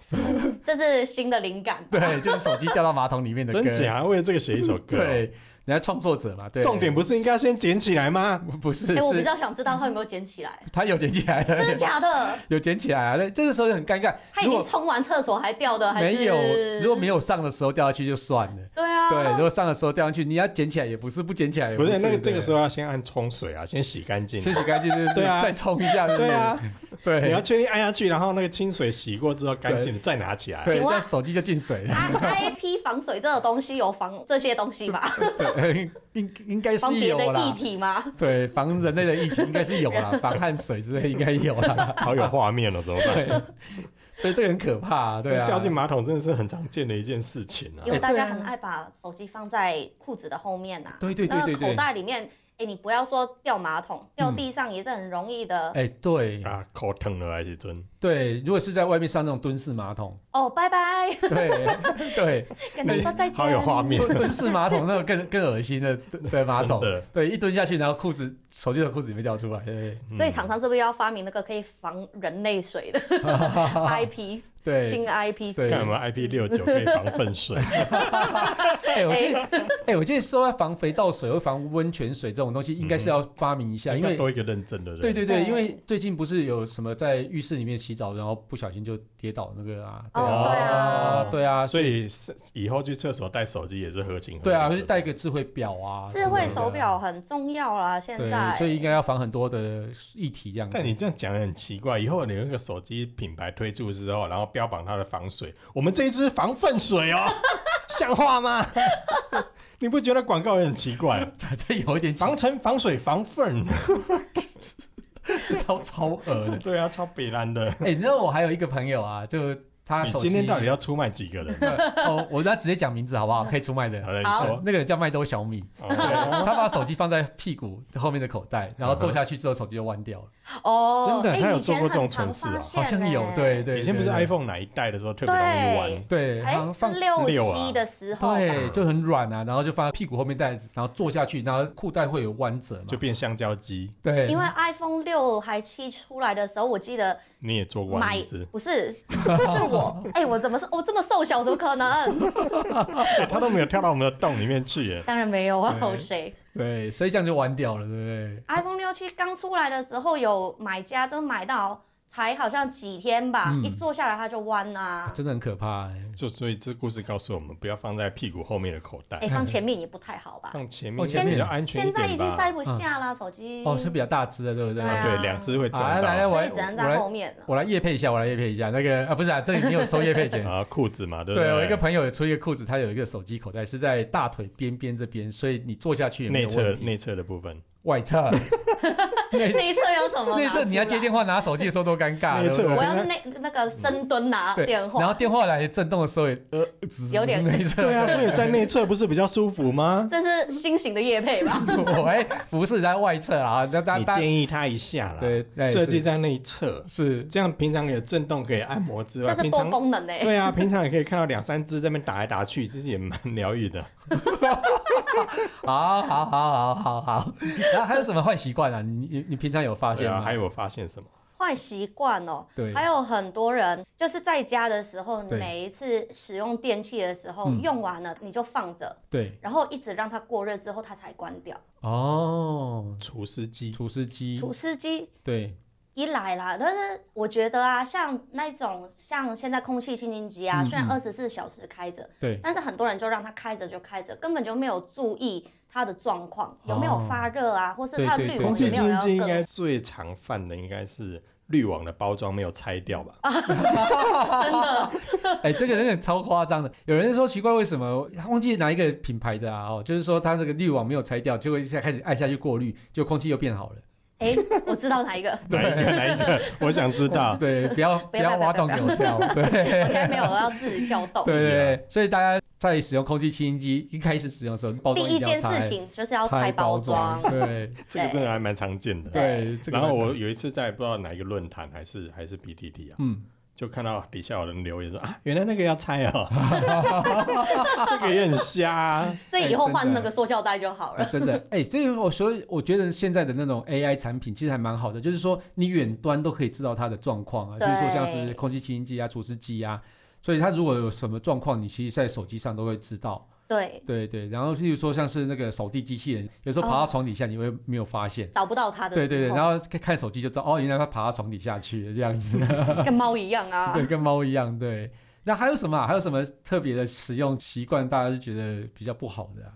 [SPEAKER 2] 什么
[SPEAKER 3] 这是新的灵感。
[SPEAKER 1] 对，就是手机掉到马桶里面的歌，
[SPEAKER 2] 真假？为了这个写一首歌哦、
[SPEAKER 1] 对，人家创作者嘛，对，
[SPEAKER 2] 重点不是应该先捡起来吗？
[SPEAKER 1] 不是
[SPEAKER 3] 哎，我比
[SPEAKER 1] 是，
[SPEAKER 3] 较想知道他有没有捡起 来，
[SPEAKER 1] 他有捡起来
[SPEAKER 3] 真的
[SPEAKER 1] 了，
[SPEAKER 3] 假的？
[SPEAKER 1] 有捡起来啊，那这个时候就很尴尬，
[SPEAKER 3] 他已
[SPEAKER 1] 如
[SPEAKER 3] 经
[SPEAKER 1] 果
[SPEAKER 3] 冲完厕所还掉的，还是
[SPEAKER 1] 没有，如果没有上的时候掉下去就算了。
[SPEAKER 3] 对啊，
[SPEAKER 1] 对，如果上的时候掉上去，你要捡起来也不是，不捡起来也
[SPEAKER 2] 不
[SPEAKER 1] 是。
[SPEAKER 2] 是那个这个时
[SPEAKER 1] 候
[SPEAKER 2] 候要先按冲水啊，先洗干净啊、
[SPEAKER 1] 先洗干净，就是
[SPEAKER 2] 对啊
[SPEAKER 1] 再冲一下。
[SPEAKER 2] 对啊，
[SPEAKER 1] 对，
[SPEAKER 2] 你要确定按下去，然后那个清水洗过之后干净，再拿起来。
[SPEAKER 1] 对，
[SPEAKER 3] 请
[SPEAKER 1] 这
[SPEAKER 3] 问
[SPEAKER 1] 样手机就进水了。
[SPEAKER 3] 啊 IP 防水这个东西有防这些东西 吧？
[SPEAKER 1] 对，应应该是
[SPEAKER 3] 防别
[SPEAKER 1] 有
[SPEAKER 3] 的
[SPEAKER 1] 啦哎
[SPEAKER 3] 液。体吗？
[SPEAKER 1] 对，防人类的议题应该是有 啦，防汗水之类应该有啦。
[SPEAKER 2] 好有画面哦了，怎么办？
[SPEAKER 1] 对，所以这个很可怕、啊， 对啊。
[SPEAKER 2] 掉进马桶真的是很常见的一件事情啊
[SPEAKER 3] 因。
[SPEAKER 1] 哎
[SPEAKER 3] 为大
[SPEAKER 1] 对
[SPEAKER 3] 家
[SPEAKER 1] 啊
[SPEAKER 3] 很爱把手机放在裤子的后面呐、啊
[SPEAKER 1] 对啊对对
[SPEAKER 3] 那
[SPEAKER 1] 对
[SPEAKER 3] 个口
[SPEAKER 1] 对。
[SPEAKER 3] 袋里面，哎、你不要说掉马桶，掉地上也是很容易的。
[SPEAKER 1] 嗯哎，对
[SPEAKER 2] 啊，口疼了还是真。
[SPEAKER 1] 对，如果是在外面上那种蹲式马 桶，
[SPEAKER 3] 哦，拜拜，
[SPEAKER 1] 对对，
[SPEAKER 3] 跟你说
[SPEAKER 1] 哎
[SPEAKER 3] 再见。
[SPEAKER 2] 好有画面，
[SPEAKER 1] 蹲式马桶那种更更恶心的的马
[SPEAKER 2] 真
[SPEAKER 1] 桶，
[SPEAKER 2] 的。
[SPEAKER 1] 对，一蹲下去，然后裤子手机从裤子里面掉出来，哎对
[SPEAKER 2] 嗯
[SPEAKER 3] 所以厂商是不是要发明那个可以防人类 水的 IP
[SPEAKER 1] 对。
[SPEAKER 3] 新 IP？
[SPEAKER 1] 对
[SPEAKER 2] 看有没有 IP 六九可以防 粪水，
[SPEAKER 1] 哎、我觉得，哎、我觉得说要防肥皂水或防温泉水这种东西，应
[SPEAKER 2] 嗯
[SPEAKER 1] 该是要发明一下，因
[SPEAKER 2] 应该
[SPEAKER 1] 为
[SPEAKER 2] 多一个认证的人。
[SPEAKER 1] 对对对，
[SPEAKER 3] 对
[SPEAKER 1] 因为最近不是有什么在浴室里面洗澡，然后不小心就跌倒那个啊，对
[SPEAKER 3] 哦对
[SPEAKER 1] 啊，
[SPEAKER 3] 啊
[SPEAKER 1] 对啊，
[SPEAKER 2] 所以是以后去厕所带手机也是合情合理的。
[SPEAKER 1] 对啊，就是带一个智慧表啊，
[SPEAKER 3] 智慧
[SPEAKER 1] 之类的
[SPEAKER 3] 手，表很重要啦，现在。
[SPEAKER 1] 对，所以应该要防很多的议题这样子
[SPEAKER 2] 但。你这样讲得很奇怪，以后你那个手机品牌推出之后，然后标榜它的防水，我们这一支防粪水哦， 像话吗？ 你不觉得广告也很奇 怪？
[SPEAKER 1] 这有一点
[SPEAKER 2] 防尘、防水、防粪，
[SPEAKER 1] 这超超恶的。
[SPEAKER 2] 对啊，超北蓝的。
[SPEAKER 1] 哎、你知道我还有一个朋友啊，就他
[SPEAKER 2] 你
[SPEAKER 1] 手机，
[SPEAKER 2] 今天到底要出卖几个人？
[SPEAKER 1] 哦，我要直接讲名字好不好？可以出卖的。
[SPEAKER 2] 好了，你
[SPEAKER 3] 好
[SPEAKER 2] 说。
[SPEAKER 1] 那个人叫麦兜小米，
[SPEAKER 2] 哦
[SPEAKER 1] 他把手机放在屁股后面的口袋，然后坐下去之后手机就弯掉了，
[SPEAKER 3] 哦，
[SPEAKER 2] 真的
[SPEAKER 3] 哎
[SPEAKER 2] 他有
[SPEAKER 3] 以
[SPEAKER 2] 做
[SPEAKER 3] 前
[SPEAKER 2] 过这种
[SPEAKER 3] 很
[SPEAKER 2] 蠢
[SPEAKER 3] 常
[SPEAKER 2] 事
[SPEAKER 3] 发
[SPEAKER 1] 啊
[SPEAKER 2] 哦
[SPEAKER 1] 好
[SPEAKER 3] 现欸
[SPEAKER 1] 像
[SPEAKER 3] 呢
[SPEAKER 1] 有，对对，
[SPEAKER 2] 以前不是
[SPEAKER 1] 对
[SPEAKER 2] iPhone 哪一代的时候特别容易弯，
[SPEAKER 1] 对，好
[SPEAKER 3] 哎
[SPEAKER 1] 像，放
[SPEAKER 3] 是六
[SPEAKER 2] 六啊
[SPEAKER 3] 七的时候吧，
[SPEAKER 1] 对就很软啊，然后就放在屁股后面带，然后坐下去，然后裤带会有弯折嘛
[SPEAKER 2] 就，变橡胶机，
[SPEAKER 1] 对，
[SPEAKER 3] 因为 iPhone 六还七出来的时候，我记得
[SPEAKER 2] 你也做弯
[SPEAKER 3] 买
[SPEAKER 2] 一只，
[SPEAKER 3] 不是是我，哎、我怎么是我这么瘦小，怎么可能？
[SPEAKER 2] 哎它都没有跳到我们的洞里面去耶。
[SPEAKER 3] 当然没有啊，
[SPEAKER 1] 对
[SPEAKER 3] 有谁
[SPEAKER 1] 对，所以这样就弯掉了，对不对？
[SPEAKER 3] ？iPhone 六七刚出来的时候，有买家都买到才好像几天吧，
[SPEAKER 1] 嗯
[SPEAKER 3] 一坐下来它就弯啦、啊。
[SPEAKER 1] 真的很可怕、欸。
[SPEAKER 2] 就所以这故事告诉我们，不要放在屁股后面的口袋
[SPEAKER 3] 哎、，放前面也不太好吧？
[SPEAKER 2] 放前
[SPEAKER 1] 哦
[SPEAKER 2] 面
[SPEAKER 1] 前面
[SPEAKER 2] 比较安全一
[SPEAKER 3] 现在已
[SPEAKER 2] 点
[SPEAKER 3] 经
[SPEAKER 2] 吧。
[SPEAKER 3] 塞不下啦，手机。
[SPEAKER 1] 嗯哦，是比较大只的，对不对？
[SPEAKER 3] 对啊
[SPEAKER 2] 对，两只会撞
[SPEAKER 1] 啊来来
[SPEAKER 2] 到
[SPEAKER 1] 我
[SPEAKER 3] 所
[SPEAKER 1] 来
[SPEAKER 3] 以只能
[SPEAKER 1] 我
[SPEAKER 3] 在
[SPEAKER 1] 来
[SPEAKER 3] 后面了。
[SPEAKER 1] 我来夜配一下，我来夜配一下。那个啊，不是啊，这 个你有收夜配钱。
[SPEAKER 2] 啊，裤子嘛，对不
[SPEAKER 1] 对，我一个
[SPEAKER 2] 对？
[SPEAKER 1] 朋友有出一个裤子，他有一个手机口袋是在大腿边边这边，所以你坐下去也没
[SPEAKER 2] 内
[SPEAKER 1] 有
[SPEAKER 2] 侧
[SPEAKER 1] 问题。
[SPEAKER 2] 内侧的 部分，
[SPEAKER 1] 外 侧，内侧
[SPEAKER 3] 内侧有什么拿出 来？
[SPEAKER 1] 内侧你要接电话拿手机的时候多尴尬，
[SPEAKER 2] 内
[SPEAKER 1] 对
[SPEAKER 2] 侧
[SPEAKER 1] 不对
[SPEAKER 3] 啊我要那那个深蹲拿
[SPEAKER 1] 对
[SPEAKER 3] 电
[SPEAKER 1] 然
[SPEAKER 3] 话
[SPEAKER 1] 后，电话来震动的时候也呃，只
[SPEAKER 3] 有点
[SPEAKER 1] 内侧。
[SPEAKER 2] 对啊，所以在内侧不是比较舒服吗？
[SPEAKER 3] 这是新型的夜配吧？
[SPEAKER 1] 我哎，不是在外侧啊，大大
[SPEAKER 2] 你
[SPEAKER 1] 大
[SPEAKER 2] 建议他一下啦，
[SPEAKER 1] 对，那也
[SPEAKER 2] 设
[SPEAKER 1] 是
[SPEAKER 2] 计在内侧，
[SPEAKER 1] 是
[SPEAKER 2] 这样平常有震动可以按摩之外，
[SPEAKER 3] 这是
[SPEAKER 2] 平
[SPEAKER 3] 多
[SPEAKER 2] 常
[SPEAKER 3] 功能 欸诶、
[SPEAKER 2] 对啊，平常也可以看到两三只在那边打来打去， 其实也蛮疗愈的。啊
[SPEAKER 1] 好好好好好好。 然后还有什么坏习惯啊？你你你平常有发
[SPEAKER 2] 对
[SPEAKER 1] 现
[SPEAKER 2] 啊，
[SPEAKER 1] 吗
[SPEAKER 2] 还？有我发现什么？
[SPEAKER 3] 坏习惯哦。
[SPEAKER 1] 对，
[SPEAKER 3] 还有很多人就是在家的时候，
[SPEAKER 1] 对
[SPEAKER 3] 每一次使用电器的时候
[SPEAKER 1] 嗯
[SPEAKER 3] 用完了你就放着，
[SPEAKER 1] 对
[SPEAKER 3] 然后一直让它过热之后它才关掉。
[SPEAKER 1] 哦，
[SPEAKER 2] 除湿机，
[SPEAKER 1] 除湿机
[SPEAKER 3] 除湿机
[SPEAKER 1] 对
[SPEAKER 3] 一来啦，但是我觉得啊，像那种像现在空气清新机啊，
[SPEAKER 1] 嗯
[SPEAKER 3] 虽然
[SPEAKER 1] 嗯
[SPEAKER 3] 二十四小时开着，
[SPEAKER 1] 对
[SPEAKER 3] 但是很多人就让它开着就开着，根本就没有注意它的状况有没有
[SPEAKER 1] 哦
[SPEAKER 3] 发热啊，或是
[SPEAKER 1] 对
[SPEAKER 3] 它的
[SPEAKER 1] 对
[SPEAKER 3] 滤
[SPEAKER 1] 对
[SPEAKER 3] 网
[SPEAKER 2] 空
[SPEAKER 3] 有
[SPEAKER 2] 气
[SPEAKER 3] 没有
[SPEAKER 2] 清
[SPEAKER 3] 要
[SPEAKER 2] 净应
[SPEAKER 3] 更
[SPEAKER 2] 该最常犯的应该是滤网的包装没有拆掉吧？
[SPEAKER 1] 哎、这个真的超夸张的。有人说奇怪，为什么忘记哪一个品牌的啊？哦，就是说它这个滤网没有拆掉，结果一下开始按下去过滤，就空气又变好了。
[SPEAKER 3] 哎、我知道哪一个，
[SPEAKER 2] 哪一个？哪一个？我想知 道。
[SPEAKER 1] 对，不要不
[SPEAKER 3] 不要
[SPEAKER 1] 要挖洞
[SPEAKER 3] 不
[SPEAKER 1] 给
[SPEAKER 3] 要
[SPEAKER 1] 我跳。对
[SPEAKER 3] 我现在没有要自己跳 动。
[SPEAKER 1] 对
[SPEAKER 2] 啊
[SPEAKER 1] 对，所以大家在使用空气清新机一开始使用的时候，包
[SPEAKER 3] 第
[SPEAKER 1] 装定
[SPEAKER 3] 一
[SPEAKER 1] 要
[SPEAKER 3] 件
[SPEAKER 1] 拆
[SPEAKER 3] 事情就是要
[SPEAKER 1] 拆
[SPEAKER 3] 拆包
[SPEAKER 1] 装哎
[SPEAKER 3] 装。。
[SPEAKER 1] 对
[SPEAKER 2] 这个真的还蛮常见的。
[SPEAKER 1] 对，这个
[SPEAKER 2] 然后我
[SPEAKER 1] 蛮
[SPEAKER 2] 有一次在不知道哪一个论坛还是还是 PTT 啊，
[SPEAKER 1] 嗯，
[SPEAKER 2] 就看到底下有人留言说啊，原来那个要拆哦， 这个也很瞎、啊。
[SPEAKER 3] 所以以
[SPEAKER 1] 哎
[SPEAKER 3] 后
[SPEAKER 1] 真的
[SPEAKER 3] 换那个塑胶袋就好
[SPEAKER 1] 哎
[SPEAKER 3] 了。
[SPEAKER 1] 真的哎，这个我所以我觉得现在的那种 AI 产品其实还蛮好的，就是说你远端都可以知道它的状况啊，比如说像是
[SPEAKER 3] 对
[SPEAKER 1] 空气清新机啊、除湿机啊。所以它如果有什么状况，你其实在手机上都会知道。
[SPEAKER 3] 对，
[SPEAKER 1] 对对，然后譬如说像是那个扫地机器人，有时候爬到床底下，你会没有发现。
[SPEAKER 3] 找不到哦它的时
[SPEAKER 1] 对
[SPEAKER 3] 候，
[SPEAKER 1] 对对，然后看看手机就知道，哦，原来它爬到床底下去了这样 子。
[SPEAKER 3] 跟猫一样啊。
[SPEAKER 1] 对，跟猫一样。对，那还有什么啊、还有什么特别的使用习惯，大家是觉得比较不好的、啊？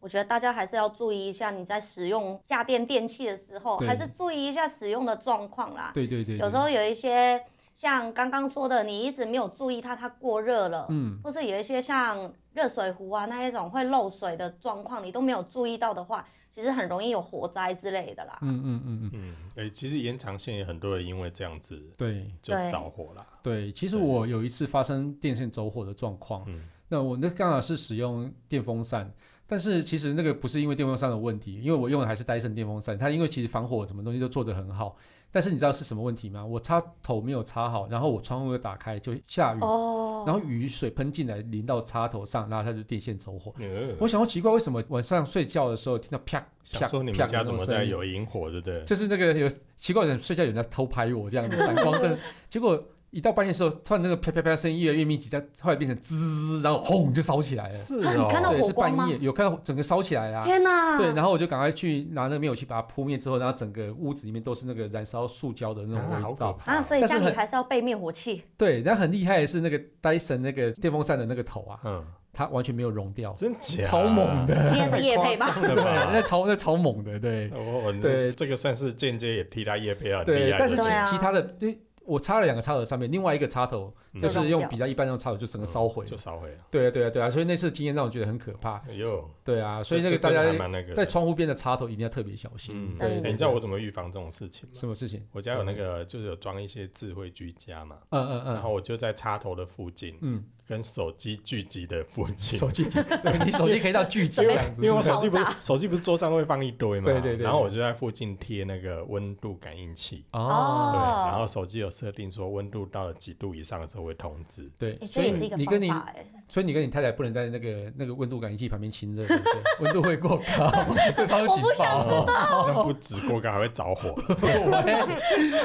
[SPEAKER 3] 我觉得大家还是要注意一下，你在使用家电电器的时候，
[SPEAKER 1] 对
[SPEAKER 3] 还是注意一下使用的状况啦。
[SPEAKER 1] 对对对
[SPEAKER 3] 啊有时，候有一些像刚刚说的，你一直没有注意它，它过热了
[SPEAKER 1] 对，嗯，
[SPEAKER 3] 或是有一些像热水壶啊那一种会漏水的状况，你都没有注意到的话，其实很容易有火灾之类的啦。
[SPEAKER 1] 嗯嗯嗯嗯，
[SPEAKER 2] 嗯，哎、其实延长线也很多人因为这样子
[SPEAKER 1] 对
[SPEAKER 2] 就
[SPEAKER 3] 对
[SPEAKER 2] 着火啦。
[SPEAKER 1] 对。其实
[SPEAKER 2] 对
[SPEAKER 1] 我有一次发生电线走火的状况，
[SPEAKER 2] 嗯，
[SPEAKER 1] 那我那刚好是使用电风扇。但是其实那个不是因为电风扇的问题，因为我用的还是戴森电风扇，它因为其实防火什么东西都做得很好，但是你知道是什么问题吗？我插头没有插好，然后我窗户又打开，就下雨，
[SPEAKER 3] 哦，
[SPEAKER 1] 然后雨水喷进来淋到插头上，然后它就电线走火。
[SPEAKER 2] 呃
[SPEAKER 1] 我想说奇怪，为什么晚上睡觉的时候听到啪啪
[SPEAKER 2] 想说你
[SPEAKER 1] 啪
[SPEAKER 2] 们
[SPEAKER 1] 的那
[SPEAKER 2] 家怎
[SPEAKER 1] 种
[SPEAKER 2] 么
[SPEAKER 1] 声
[SPEAKER 2] 在
[SPEAKER 1] 音？
[SPEAKER 2] 有引火，对不对？
[SPEAKER 1] 就是那个有奇怪的人睡觉有人在偷拍我这 样子闪光灯，结果一到半夜的时候，突然那个啪啪啪声音越来越密集，再后来变成滋，然后轰就烧起来了。
[SPEAKER 2] 是
[SPEAKER 3] 啊
[SPEAKER 2] 哦，
[SPEAKER 3] 你看到
[SPEAKER 1] 对，
[SPEAKER 3] 火
[SPEAKER 1] 是
[SPEAKER 3] 光吗
[SPEAKER 1] 半夜有看到整个烧起来啦。
[SPEAKER 3] 天哪！
[SPEAKER 1] 对，然后我就赶快去拿那个灭火器把它扑灭之后，然后整个屋子里面都是那个燃烧塑胶的那
[SPEAKER 2] 啊
[SPEAKER 1] 种
[SPEAKER 2] 好
[SPEAKER 1] 味
[SPEAKER 2] 可
[SPEAKER 1] 道。
[SPEAKER 2] 怕
[SPEAKER 3] 啊，所以
[SPEAKER 1] 但是
[SPEAKER 3] 家里
[SPEAKER 1] 很
[SPEAKER 3] 还是要备灭 火器。
[SPEAKER 1] 对，然后很厉害的是那个 Dyson 那个电风扇的那个头啊，
[SPEAKER 2] 嗯，
[SPEAKER 1] 它完全没有融掉，
[SPEAKER 2] 真假？啊
[SPEAKER 1] 超猛的，
[SPEAKER 3] 今天是夜配吧？
[SPEAKER 2] 真的啊
[SPEAKER 1] 对，那
[SPEAKER 2] 吧？ 哦
[SPEAKER 1] 超那超猛的，对
[SPEAKER 2] 我我
[SPEAKER 1] 对
[SPEAKER 2] 这个算是间接也替他业配啊，很厉
[SPEAKER 1] 对。
[SPEAKER 2] 害
[SPEAKER 1] 但是
[SPEAKER 2] 的
[SPEAKER 1] 其
[SPEAKER 3] 对啊
[SPEAKER 1] 其他的，因为我插了两个插头上面，另外一个插头
[SPEAKER 2] 嗯
[SPEAKER 1] 就
[SPEAKER 3] 就融
[SPEAKER 1] 是
[SPEAKER 3] 掉
[SPEAKER 1] 用比较一般那种插头就整个烧毁
[SPEAKER 2] 就
[SPEAKER 1] 了。
[SPEAKER 2] 烧毁了。
[SPEAKER 1] 对啊，对啊，对啊，所以那次经验让我觉得很可怕。
[SPEAKER 2] 哎呦，
[SPEAKER 1] 对啊，所以那
[SPEAKER 2] 这
[SPEAKER 1] 个
[SPEAKER 2] 这
[SPEAKER 1] 大
[SPEAKER 2] 真的还
[SPEAKER 1] 家
[SPEAKER 2] 蛮那个
[SPEAKER 1] 在
[SPEAKER 2] 的。
[SPEAKER 1] 窗户边的插头一定要特别小心对，
[SPEAKER 2] 嗯。
[SPEAKER 3] 真
[SPEAKER 1] 对
[SPEAKER 3] 的
[SPEAKER 2] 哎，
[SPEAKER 1] 对
[SPEAKER 2] 你知道我怎么预防这种事情吗？
[SPEAKER 1] 什么事情？
[SPEAKER 2] 我家有那个，就是有装一些智慧居家嘛，
[SPEAKER 1] 嗯嗯
[SPEAKER 2] 然
[SPEAKER 1] 嗯
[SPEAKER 2] 后我就在插头的附近，
[SPEAKER 1] 嗯，
[SPEAKER 2] 跟手机聚集的附近，
[SPEAKER 1] 手机，对你手机可以到巨 集这
[SPEAKER 3] 因为
[SPEAKER 1] 样子
[SPEAKER 2] 因为。我手机不是
[SPEAKER 3] 爆
[SPEAKER 2] 手机不是桌上会放一堆嘛，
[SPEAKER 1] 对对对
[SPEAKER 2] 然后我就在附近贴那个温度感应器，对，
[SPEAKER 1] 哦，
[SPEAKER 3] 哦
[SPEAKER 2] 然后手机有设定说温度到了几度以上的时候会通知，
[SPEAKER 1] 对
[SPEAKER 3] 哎，，
[SPEAKER 1] 所
[SPEAKER 3] 这
[SPEAKER 1] 以
[SPEAKER 3] 也是一个
[SPEAKER 1] 你跟
[SPEAKER 3] 方
[SPEAKER 1] 你，
[SPEAKER 3] 法哎。
[SPEAKER 1] 所以你跟你太太不能在那个那个温度感应器旁边亲热，对 不对温度会过 高，会发出
[SPEAKER 3] 我
[SPEAKER 1] 警
[SPEAKER 3] 不想
[SPEAKER 1] 报。
[SPEAKER 2] 哦那不止过高还会着 火，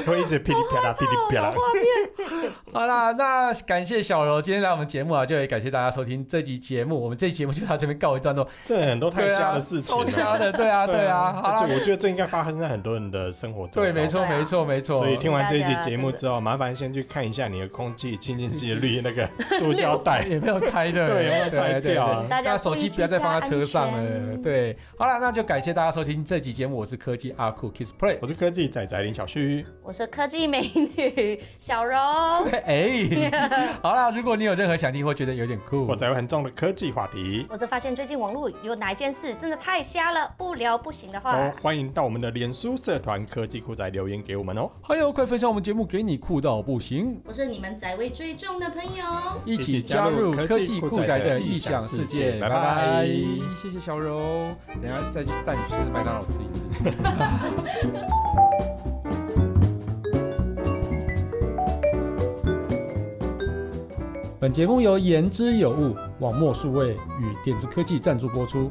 [SPEAKER 2] 会一直噼里啪啦噼里啪啦。
[SPEAKER 1] 好啦，那感谢小柔今天来我们节目啊，就也感谢大家收听这集节目，我们这集节目就到这边告一段落。
[SPEAKER 2] 这很多太
[SPEAKER 1] 对啊
[SPEAKER 2] 瞎的事情
[SPEAKER 1] 超瞎
[SPEAKER 2] 了。
[SPEAKER 1] 的，对啊，对啊，好
[SPEAKER 2] 而
[SPEAKER 1] 啦
[SPEAKER 2] 且，我觉得这应该发生在很多人的生活中。哦
[SPEAKER 1] 对，没错，
[SPEAKER 3] 对啊
[SPEAKER 1] 没错，没错
[SPEAKER 2] 所。以听完这一集节目之后，麻烦先去看一下你的空气清净剂的 滤那个塑胶袋。
[SPEAKER 1] 也没有拆的，
[SPEAKER 2] 对有没有拆
[SPEAKER 1] 对对
[SPEAKER 2] 掉啊
[SPEAKER 1] 对
[SPEAKER 3] 请大家
[SPEAKER 1] 那手机不要再放在车上了。
[SPEAKER 3] 注意居家安全
[SPEAKER 1] 对，好了，那就感谢大家收听这集节目，我是科技阿酷 Kiss Play。
[SPEAKER 2] 我是科技仔仔林小旭，
[SPEAKER 3] 我是科技美女小柔。
[SPEAKER 1] 哎，好啦，如果你有任何想听或觉得有点酷
[SPEAKER 2] 我，才会很重的科技话题。
[SPEAKER 3] 我是发现最近网络有哪一件事真的太瞎了，不聊不行的话
[SPEAKER 2] 哦，，欢迎到我们的脸书社团科技酷仔留言给我们哦，
[SPEAKER 1] 还有快分享我们节目给你酷到不行，
[SPEAKER 3] 我是你们在位最重的朋友。
[SPEAKER 1] 一起加入科技酷宅的异想世界。
[SPEAKER 2] 拜
[SPEAKER 1] 拜
[SPEAKER 2] 拜
[SPEAKER 1] 拜，谢谢小柔，等一下再去带你去麦当劳吃一次。本节目由言之有物、网墨数位与点子科技赞助播出，